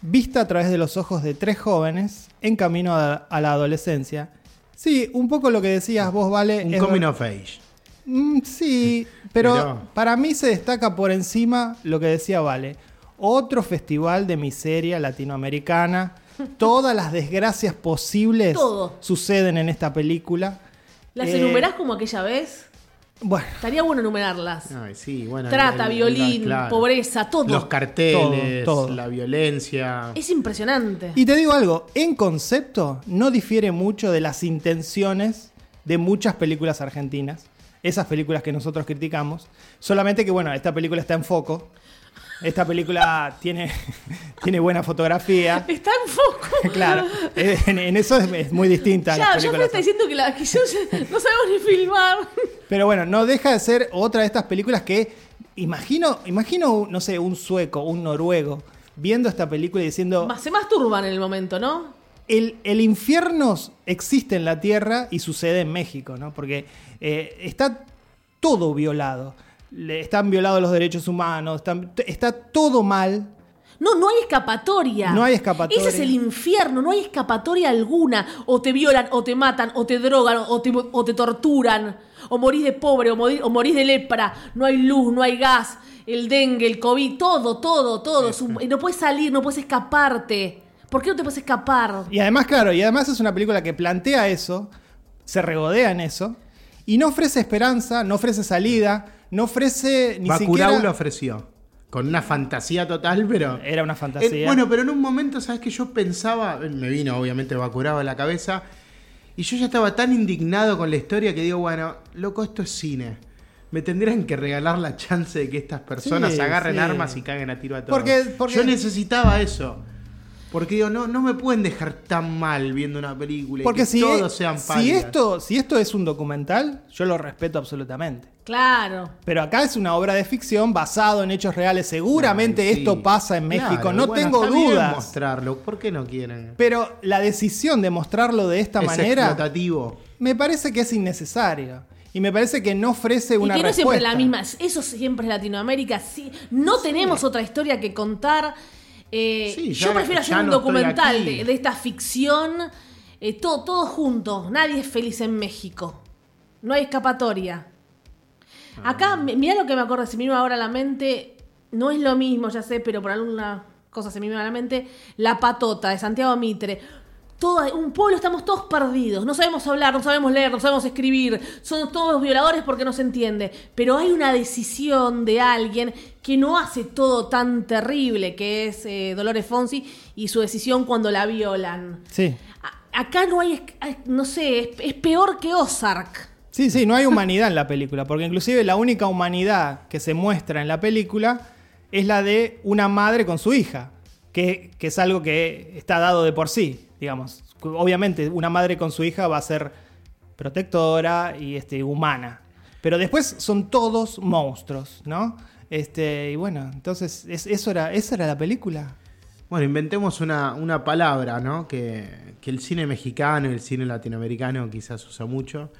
C: vista a través de los ojos de tres jóvenes en camino a, a la adolescencia. Sí, un poco lo que decías vos, Vale.
D: Un
C: es
D: coming
C: ver-
D: of age.
C: Mm, sí, pero
D: Mirá.
C: para mí se destaca por encima lo que decía Vale. Otro festival de miseria latinoamericana. Todas las desgracias posibles
B: Todo.
C: suceden en esta película.
B: ¿Las
C: Eh,
B: enumerás como aquella vez?
C: Bueno,
B: Estaría bueno enumerarlas.
D: Ay, sí, bueno,
B: Trata,
D: el- el-
B: violín,
D: la- claro.
B: pobreza, todo.
D: Los carteles,
C: Todo, todo.
D: la violencia.
B: Es impresionante.
C: y te digo algo, en concepto no difiere mucho de las intenciones de muchas películas argentinas. Esas películas que nosotros criticamos. Solamente que, bueno, esta película está en foco. Esta
B: [laughs]
C: película tiene, [laughs] tiene buena fotografía.
B: Está en foco.
C: [laughs] Claro, eh, en, en eso es, es muy distinta. a las
B: Ya, yo me
C: películas.
B: está diciendo que, la, que yo ya- no sabemos ni filmar.
C: Pero bueno, no deja de ser otra de estas películas que imagino, imagino, no sé, un sueco, un noruego, viendo esta película y diciendo,
B: Mas- Se masturban en el momento, ¿no?
C: el, el infierno existe en la Tierra y sucede en México, ¿no? Porque eh, está todo violado. Le- están violados los derechos humanos, están- t- está todo mal.
B: No, no hay escapatoria.
C: No hay escapatoria.
B: Ese es el infierno, no hay escapatoria alguna. O te violan, o te matan, o te drogan, o te, o te torturan, o morís de pobre, o morís, o morís de lepra. No hay luz, no hay gas, el dengue, el COVID, todo, todo, todo. Es un- no puedes salir, no puedes escaparte. ¿Por qué no te puedes escapar?
C: Y además, claro, y además es una película que plantea eso, se regodea en eso, y no ofrece esperanza, no ofrece salida, no ofrece ni
D: Bacurau
C: siquiera...
D: lo ofreció. Con una fantasía total, pero.
C: Era una fantasía.
D: Eh, bueno, pero en un momento, ¿sabes que Yo pensaba, eh, me vino obviamente Bacurau a la cabeza, y yo ya estaba tan indignado con la historia que digo, bueno, loco, esto es cine. Me tendrían que regalar la chance de que estas personas
C: Sí,
D: agarren
C: sí.
D: armas y caguen a tiro a todos.
C: Porque- porque-
D: Yo necesitaba eso. Porque digo, no, no me pueden dejar tan mal viendo una película y
C: Porque
D: que
C: si,
D: todos sean
C: si,
D: pálidas.
C: esto, si esto es un documental, yo lo respeto absolutamente.
B: Claro.
C: Pero acá es una obra de ficción basado en hechos reales. Seguramente
D: Ay, sí.
C: esto pasa en México,
D: Claro,
C: no
D: bueno,
C: tengo
D: está bien
C: dudas.
D: mostrarlo, ¿por qué no quieren?
C: Pero la decisión de mostrarlo de esta
D: es
C: manera
D: explotativo.
C: me parece que es innecesario. Y me parece que no ofrece
B: Y
C: una
B: que no
C: respuesta.
B: siempre es la misma, eso siempre es Latinoamérica, sí, no tenemos otra historia que contar. Eh,
D: Sí, ya-
B: yo prefiero
D: ya
B: hacer un
D: no estoy
B: documental
D: aquí.
B: de, de esta ficción, eh, todo, todo junto, nadie es feliz en México, no hay escapatoria. Acá, mi- mirá lo que me acuerdo, se me vino ahora a la mente, no es lo mismo, ya sé, pero por alguna cosa se me vino a la mente, La Patota de Santiago Mitre. toda, un pueblo, estamos todos perdidos. No sabemos hablar, no sabemos leer, no sabemos escribir. Son todos violadores porque no se entiende. Pero hay una decisión de alguien que no hace todo tan terrible, que es eh, Dolores Fonsi y su decisión cuando la violan.
C: Sí.
B: A- acá no hay, es- no sé, es, es peor que Ozark.
C: Sí, sí, no hay humanidad en la película, porque inclusive la única humanidad que se muestra en la película es la de una madre con su hija, que, que es algo que está dado de por sí, digamos. Obviamente una madre con su hija va a ser protectora y este, humana, pero después son todos monstruos, ¿no? Este, y bueno, entonces es- eso era, esa era la película.
D: Bueno, inventemos una, una palabra, ¿no? Que, que el cine mexicano y el cine latinoamericano quizás usa mucho.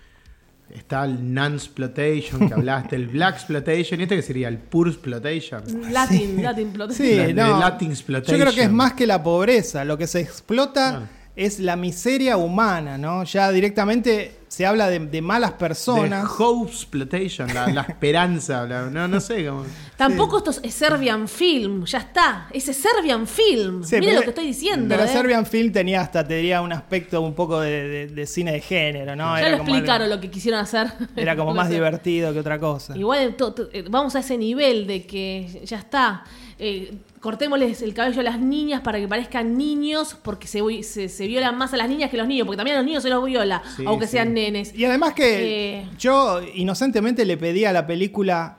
D: Está el non-splotation que hablaste, el black exploitation, y este que sería el pure exploitation.
C: Mm,
B: Latin, Latin plot.
C: Ah, Sí,
D: La-
C: no.
D: la Latin
C: Yo
D: exploitation.
C: creo que es más que la pobreza. Lo que se explota
D: Ah.
C: es la miseria humana, ¿no? Ya directamente se habla de, de malas personas.
D: hope exploitation, la, la esperanza, la- no, no sé cómo.
B: Tampoco esto es Serbian Film, ya está. Ese Serbian Film.
C: Sí,
B: Miren
C: pero-
B: lo que estoy diciendo.
C: Pero
B: eh.
C: Serbian Film tenía hasta, te diría, un aspecto un poco de, de- de cine de género, ¿no?
B: ya lo
C: como algo-
B: explicaron lo que quisieron hacer.
C: [laughs] era como
B: [laughs] No
C: más
B: sé.
C: divertido que otra cosa.
B: Igual to- to- eh, vamos a ese nivel de que ya está. eh, cortémosles el cabello a las niñas para que parezcan niños, porque se, vi- se, se violan más a las niñas que a los niños, porque también a los niños se los viola,
D: Sí,
B: aunque
D: sí.
B: sean nenes.
C: Y ah, además que
B: Eh.
C: yo inocentemente le pedí a la película,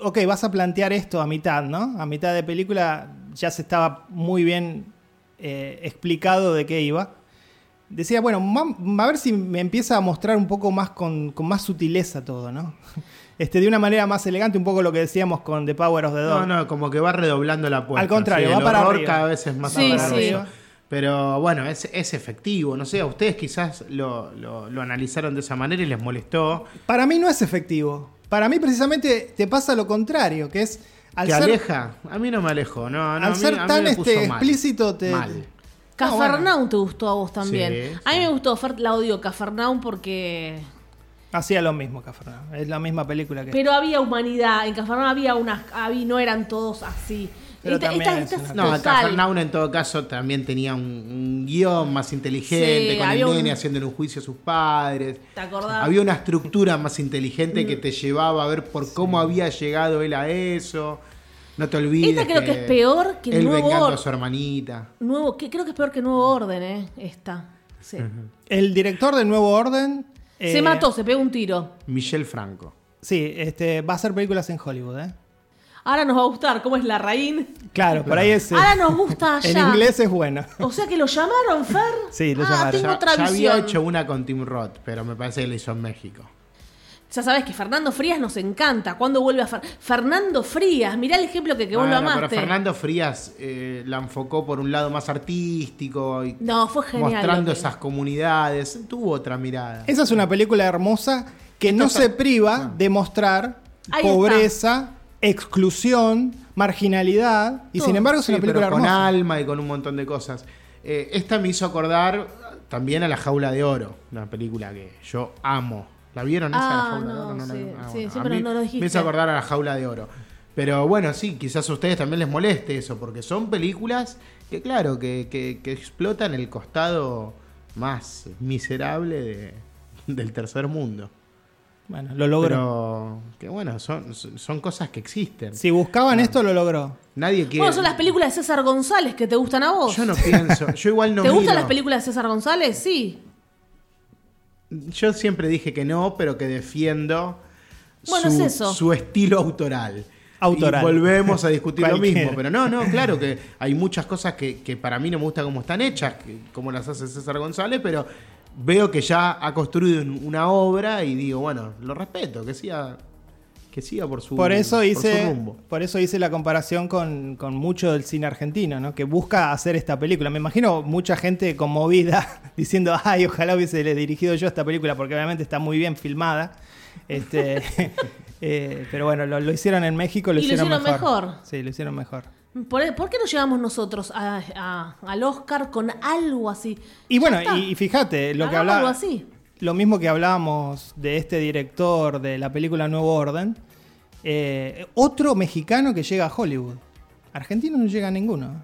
C: ok, vas a plantear esto a mitad, ¿no? A mitad de película ya se estaba muy bien eh, explicado de qué iba. Decía, bueno, mam- a ver si me empieza a mostrar un poco más con, con más sutileza todo, ¿no? [laughs] Este, de una manera más elegante, un poco lo que decíamos con The Power of the Dog.
D: No, no, como que va redoblando la puerta.
C: Al contrario, va
D: el
C: para
D: horror
C: arriba.
D: cada vez es más
B: Sí,
D: aterrador.
C: sí.
D: Pero bueno, es, es efectivo. No sé, a ustedes quizás lo, lo- lo analizaron de esa manera y les molestó.
C: Para mí no es efectivo. Para mí precisamente te pasa lo contrario, que es al
D: ¿Te
C: ser-
D: aleja? A mí no me alejó. No, no, a
C: al
D: mí-
C: ser
D: a mí
C: tan
D: me puso
C: este,
D: mal.
C: explícito te...
D: Mal.
B: Cafarnaum te gustó a vos también.
D: Sí,
B: a mí me gustó, Fer la odio Cafarnaum porque
C: Hacía lo mismo, Cafrán. Es la misma película
B: [laughs]
C: que.
B: Pero había humanidad, en Cafarnaum había unas, había, no eran todos así.
C: Pero también es una
D: No,
B: total.
D: Cafarnaun en todo caso también tenía un, un guión más inteligente,
B: Sí,
D: con el
B: había un-
D: nene haciéndole un juicio a sus padres.
B: ¿Te acordás? Mm.
D: Había una estructura más inteligente que te llevaba a ver por cómo había llegado él a eso. No te olvides.
B: Esta creo que es peor que
D: Él
B: Nuevo
D: vengando
B: Or-
D: a su hermanita.
B: Nuevo, que, creo que es peor que Nuevo Orden, ¿eh? Esta. Sí.
C: El director de Nuevo Orden. eh,
B: se mató, se pegó un tiro.
D: Michelle Franco.
C: Sí, este, va a hacer películas en Hollywood, ¿eh?
B: Ahora nos va a gustar, ¿cómo es la raín?
C: Claro, por ahí es. eh,
B: Ahora nos gusta
D: [laughs]
C: en
B: allá.
C: inglés es bueno.
B: O sea que lo llamaron, Fer.
C: Sí, lo
B: Ah,
C: llamaron.
B: Tengo
D: Ya,
B: otra
D: ya
B: visión.
D: había hecho una con Tim Roth, pero me parece que la hizo en México.
B: Ya sabes que Fernando Frías nos encanta. ¿Cuándo vuelve a Fer- Fernando Frías? Mirá el ejemplo que, que vos lo
D: Bueno,
B: amaste.
D: pero Fernando Frías eh, la enfocó por un lado más artístico y
B: No, fue genial.
D: mostrando
B: lo que-
D: esas comunidades. Tuvo otra mirada.
C: Esa es una película hermosa que no se
D: Ah.
C: priva de mostrar
B: Ahí
C: pobreza, exclusión, marginalidad. Y
B: Todo.
C: sin embargo es
D: Sí,
C: una película
D: pero con
C: hermosa.
D: alma y con un montón de cosas. Eh, esta me hizo acordar también a La Jaula de Oro, una película que yo amo. ¿La vieron esa?
B: Ah,
D: la Jaula
B: no,
D: de Oro? la
B: sí,
D: vi- ah,
B: sí,
D: bueno.
B: sí,
D: A
B: pero
D: mí
B: no lo dijiste.
D: Me hizo acordar a La Jaula de Oro. Pero bueno, sí, quizás a ustedes también les moleste eso, porque son películas que, claro, que, que- que explotan el costado más miserable de- del tercer mundo.
C: Bueno, lo logró.
D: Pero que bueno, son, son cosas que existen.
C: Si buscaban
D: Ah.
C: esto, lo logró.
D: Nadie quiere.
B: Bueno, son las películas de César González que te gustan a vos.
D: Yo no pienso. Yo igual no
B: ¿Te gustan
D: miro.
B: las películas de César González? Sí.
D: Yo siempre dije que no, pero que defiendo
B: Bueno,
D: su,
B: es eso.
D: su estilo autoral.
C: Autoral.
D: Y volvemos a discutir lo
C: Cualquiera.
D: mismo. Pero
C: [laughs]
D: no, no, claro que hay muchas cosas que, que para mí no me gusta cómo están hechas, que- como las hace César González, pero veo que ya ha construido un- una obra y digo, bueno, lo respeto, que siga, que siga por su,
C: Por eso
D: su
C: hice,
D: rumbo.
C: por, eso hice la comparación con, con mucho del cine argentino, ¿no? Que busca hacer esta película. Me imagino mucha gente conmovida [laughs] diciendo, ay, ojalá hubiese le- dirigido yo esta película, porque obviamente está muy bien filmada. Este, [laughs] eh, pero bueno, lo, lo hicieron en México, lo,
B: Y lo
C: hicieron,
B: hicieron
C: mejor.
B: mejor.
C: Sí, lo hicieron mejor.
B: ¿Por, por qué no llegamos nosotros a- a- al Oscar con algo así?
C: Y
B: Ya
C: bueno,
B: está.
C: y, y fíjate, lo que
B: Hagamos algo
C: hablaba.
B: así.
C: Lo mismo que hablábamos de este director de la película Nuevo Orden, eh, otro mexicano que llega a Hollywood. Argentino no llega a ninguno.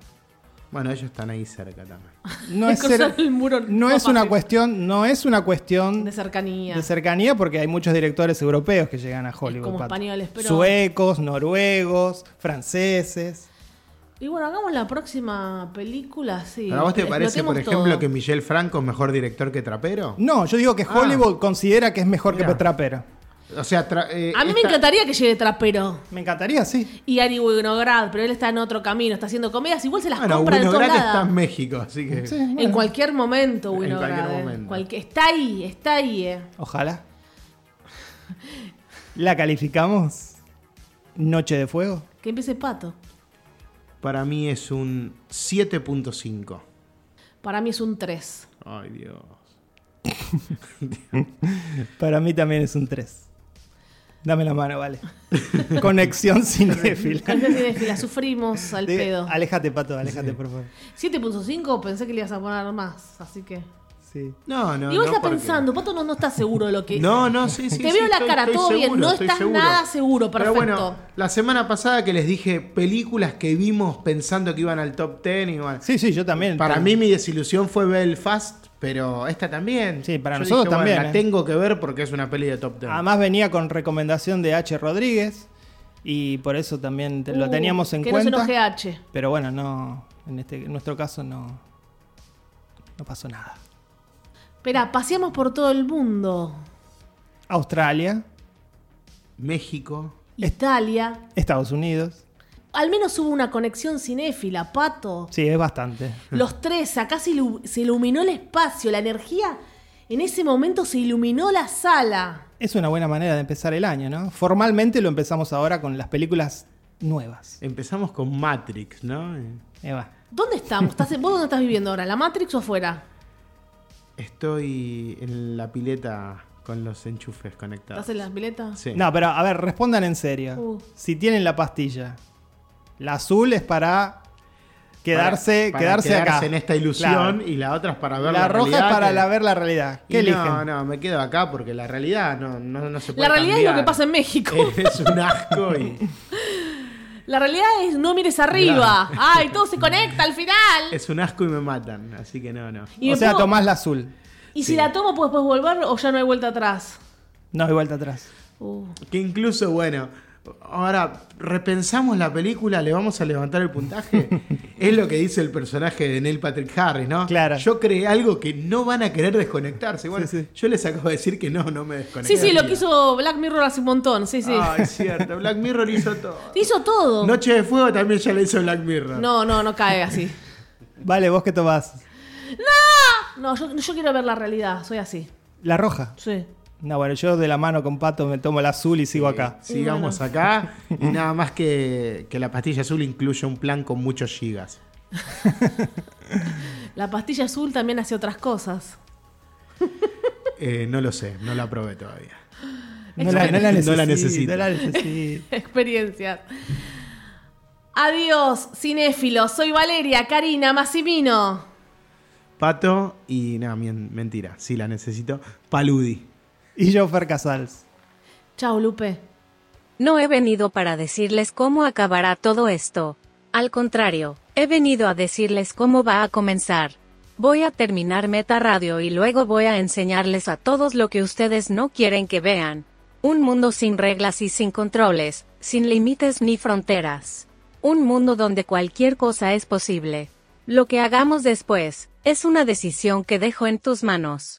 D: Bueno, ellos están ahí cerca también.
C: No
B: [laughs]
C: es,
B: Cruzar
C: ser-
B: el muro
C: no
B: más
C: es una
B: fácil.
C: cuestión, no es una cuestión
B: De cercanía.
C: de cercanía porque hay muchos directores europeos que llegan a Hollywood.
B: como
C: Pato.
B: españoles, pero-
C: Suecos, noruegos, franceses.
B: y bueno, hagamos la próxima película, sí.
D: ¿A vos te parece, por
B: Explotemos
D: ejemplo,
B: todo.
D: que Michel Franco es mejor director que Trapero?
C: No, yo digo que
D: Ah.
C: Hollywood considera que es mejor que
D: Mirá.
C: Petrapera.
D: O sea, tra- eh,
B: A mí me
D: esta-
B: encantaría que llegue Trapero
C: Me encantaría, sí.
B: y Ari Winograd, pero él está en otro camino, está haciendo comedias, igual se las
D: Bueno,
B: compra de
D: Winograd
B: todos
D: está
B: lados.
D: en México, así que.
C: Sí, bueno.
B: En cualquier momento,
D: En
B: Winograd.
D: cualquier
B: eh.
D: momento.
B: Cualque- Está ahí, está ahí. eh.
C: Ojalá. ¿La calificamos? Noche de Fuego.
B: Que empiece Pato.
D: Para mí es un 7.5.
B: Para mí es un 3.
D: Ay, Dios.
C: Para mí también es un 3. Dame la
B: [laughs]
C: mano, vale. Conexión cinéfila.
B: la sufrimos al
C: De-
B: pedo.
C: Aléjate, Pato, aléjate, por favor.
B: 7.5 pensé que le ibas a poner más, así que.
C: Sí.
D: No, no.
B: y vos
D: no,
B: estás
D: porque-
B: pensando, Pato no, no está seguro de lo que
D: No, no, sí, sí.
B: Te
D: sí,
B: veo la
D: estoy-
B: cara,
D: estoy
B: todo bien,
D: seguro,
B: no
D: estoy
B: estás nada seguro,
D: Pero
B: perfecto.
D: bueno, la semana pasada que les dije películas que vimos pensando que iban al top 10 y bueno,
C: Sí, sí, yo también.
D: Para mí mi desilusión fue Belfast, pero esta también.
C: Sí, para nosotros también,
D: la
C: eh.
D: tengo que ver porque es una peli de top 10.
C: Además venía con recomendación de H. Rodríguez y por eso también te- lo
B: Uh,
C: teníamos en
B: que
C: cuenta.
B: no se enoje H.
C: Pero bueno, no, en, este, en nuestro caso no, no pasó nada.
B: Espera, paseamos por todo el mundo.
C: Australia,
D: México.
B: Italia.
C: Estados Unidos.
B: Al menos hubo una conexión cinéfila, Pato.
C: Sí, es bastante.
B: Los tres, acá se, ilu- se iluminó el espacio, la energía. En ese momento se iluminó la sala.
C: Es una buena manera de empezar el año, ¿no? Formalmente lo empezamos ahora con las películas nuevas.
D: Empezamos con Matrix, ¿no? Eh,
C: Eva.
B: ¿Dónde estamos? ¿Estás en- ¿Vos dónde estás viviendo ahora? ¿La Matrix o afuera?
D: Estoy en la pileta con los enchufes conectados.
B: ¿Estás en las piletas?
D: Sí.
C: No, pero a ver, respondan en serio.
B: Uh.
C: Si tienen la pastilla, la azul es para quedarse,
D: Para- para
C: quedarse, acá.
D: en esta ilusión
C: Claro.
D: y la otra es para ver
C: La,
D: la,
C: roja es
D: realidad
C: para
D: que-
C: la ver la realidad.
D: Y
C: ¿Qué eligen?
D: No, no, me quedo acá porque la realidad no, no, no se puede
B: La realidad es lo
D: cambiar.
B: que pasa en México.
D: [laughs] Es un asco y
B: La realidad es no mires arriba. Ay, todo se conecta al final.
D: es un asco y me matan, así que no, no.
B: Y
C: o
B: me
C: sea,
B: pongo-
C: tomás la azul.
B: ¿Y si la tomo, puedo después volver o ya no hay vuelta atrás?
C: No hay vuelta atrás.
B: Uh.
D: Que incluso, bueno, ahora repensamos la película, le vamos a levantar
C: [laughs]
D: el puntaje. es lo que dice el personaje de Neil Patrick Harris, ¿no?
C: Claro.
D: Yo creé algo que no van a querer desconectarse. Bueno,
C: Sí, sí.
D: yo les acabo de decir que no, no me
B: Sí,
D: desconecté.
B: sí, lo que hizo Black Mirror hace un montón. Sí, sí.
D: Ah, es cierto. Black Mirror hizo todo.
B: Hizo todo.
D: Noche de Fuego también ya lo hizo Black Mirror.
B: No, no, no cae así. [laughs]
C: Vale, vos qué tomás.
B: No, yo, yo quiero ver la realidad. Soy así.
C: La roja.
B: Sí.
C: No, bueno, yo de la mano con Pato me tomo la azul y sigo acá.
D: Sigamos acá. Y nada más que, que la pastilla azul incluye un plan con muchos gigas.
B: La pastilla azul también hace otras cosas. [laughs]
D: Eh, no lo sé, no la probé todavía.
C: No la, no la
D: [laughs] No
C: necesito.
D: la necesito.
C: No la [laughs] necesito.
B: Experiencias. Adiós, cinéfilos. Soy Valeria, Karina, Massimino.
D: Pato y nada, mien- mentira, sí la necesito. Paludi.
C: Y yo, Fer Casals.
B: Chao, Lupe.
E: No he venido para decirles cómo acabará todo esto. Al contrario, he venido a decirles cómo va a comenzar. Voy a terminar Meta Radio y luego voy a enseñarles a todos lo que ustedes no quieren que vean. Un mundo sin reglas y sin controles, sin límites ni fronteras. Un mundo donde cualquier cosa es posible. Lo que hagamos después, es una decisión que dejo en tus manos.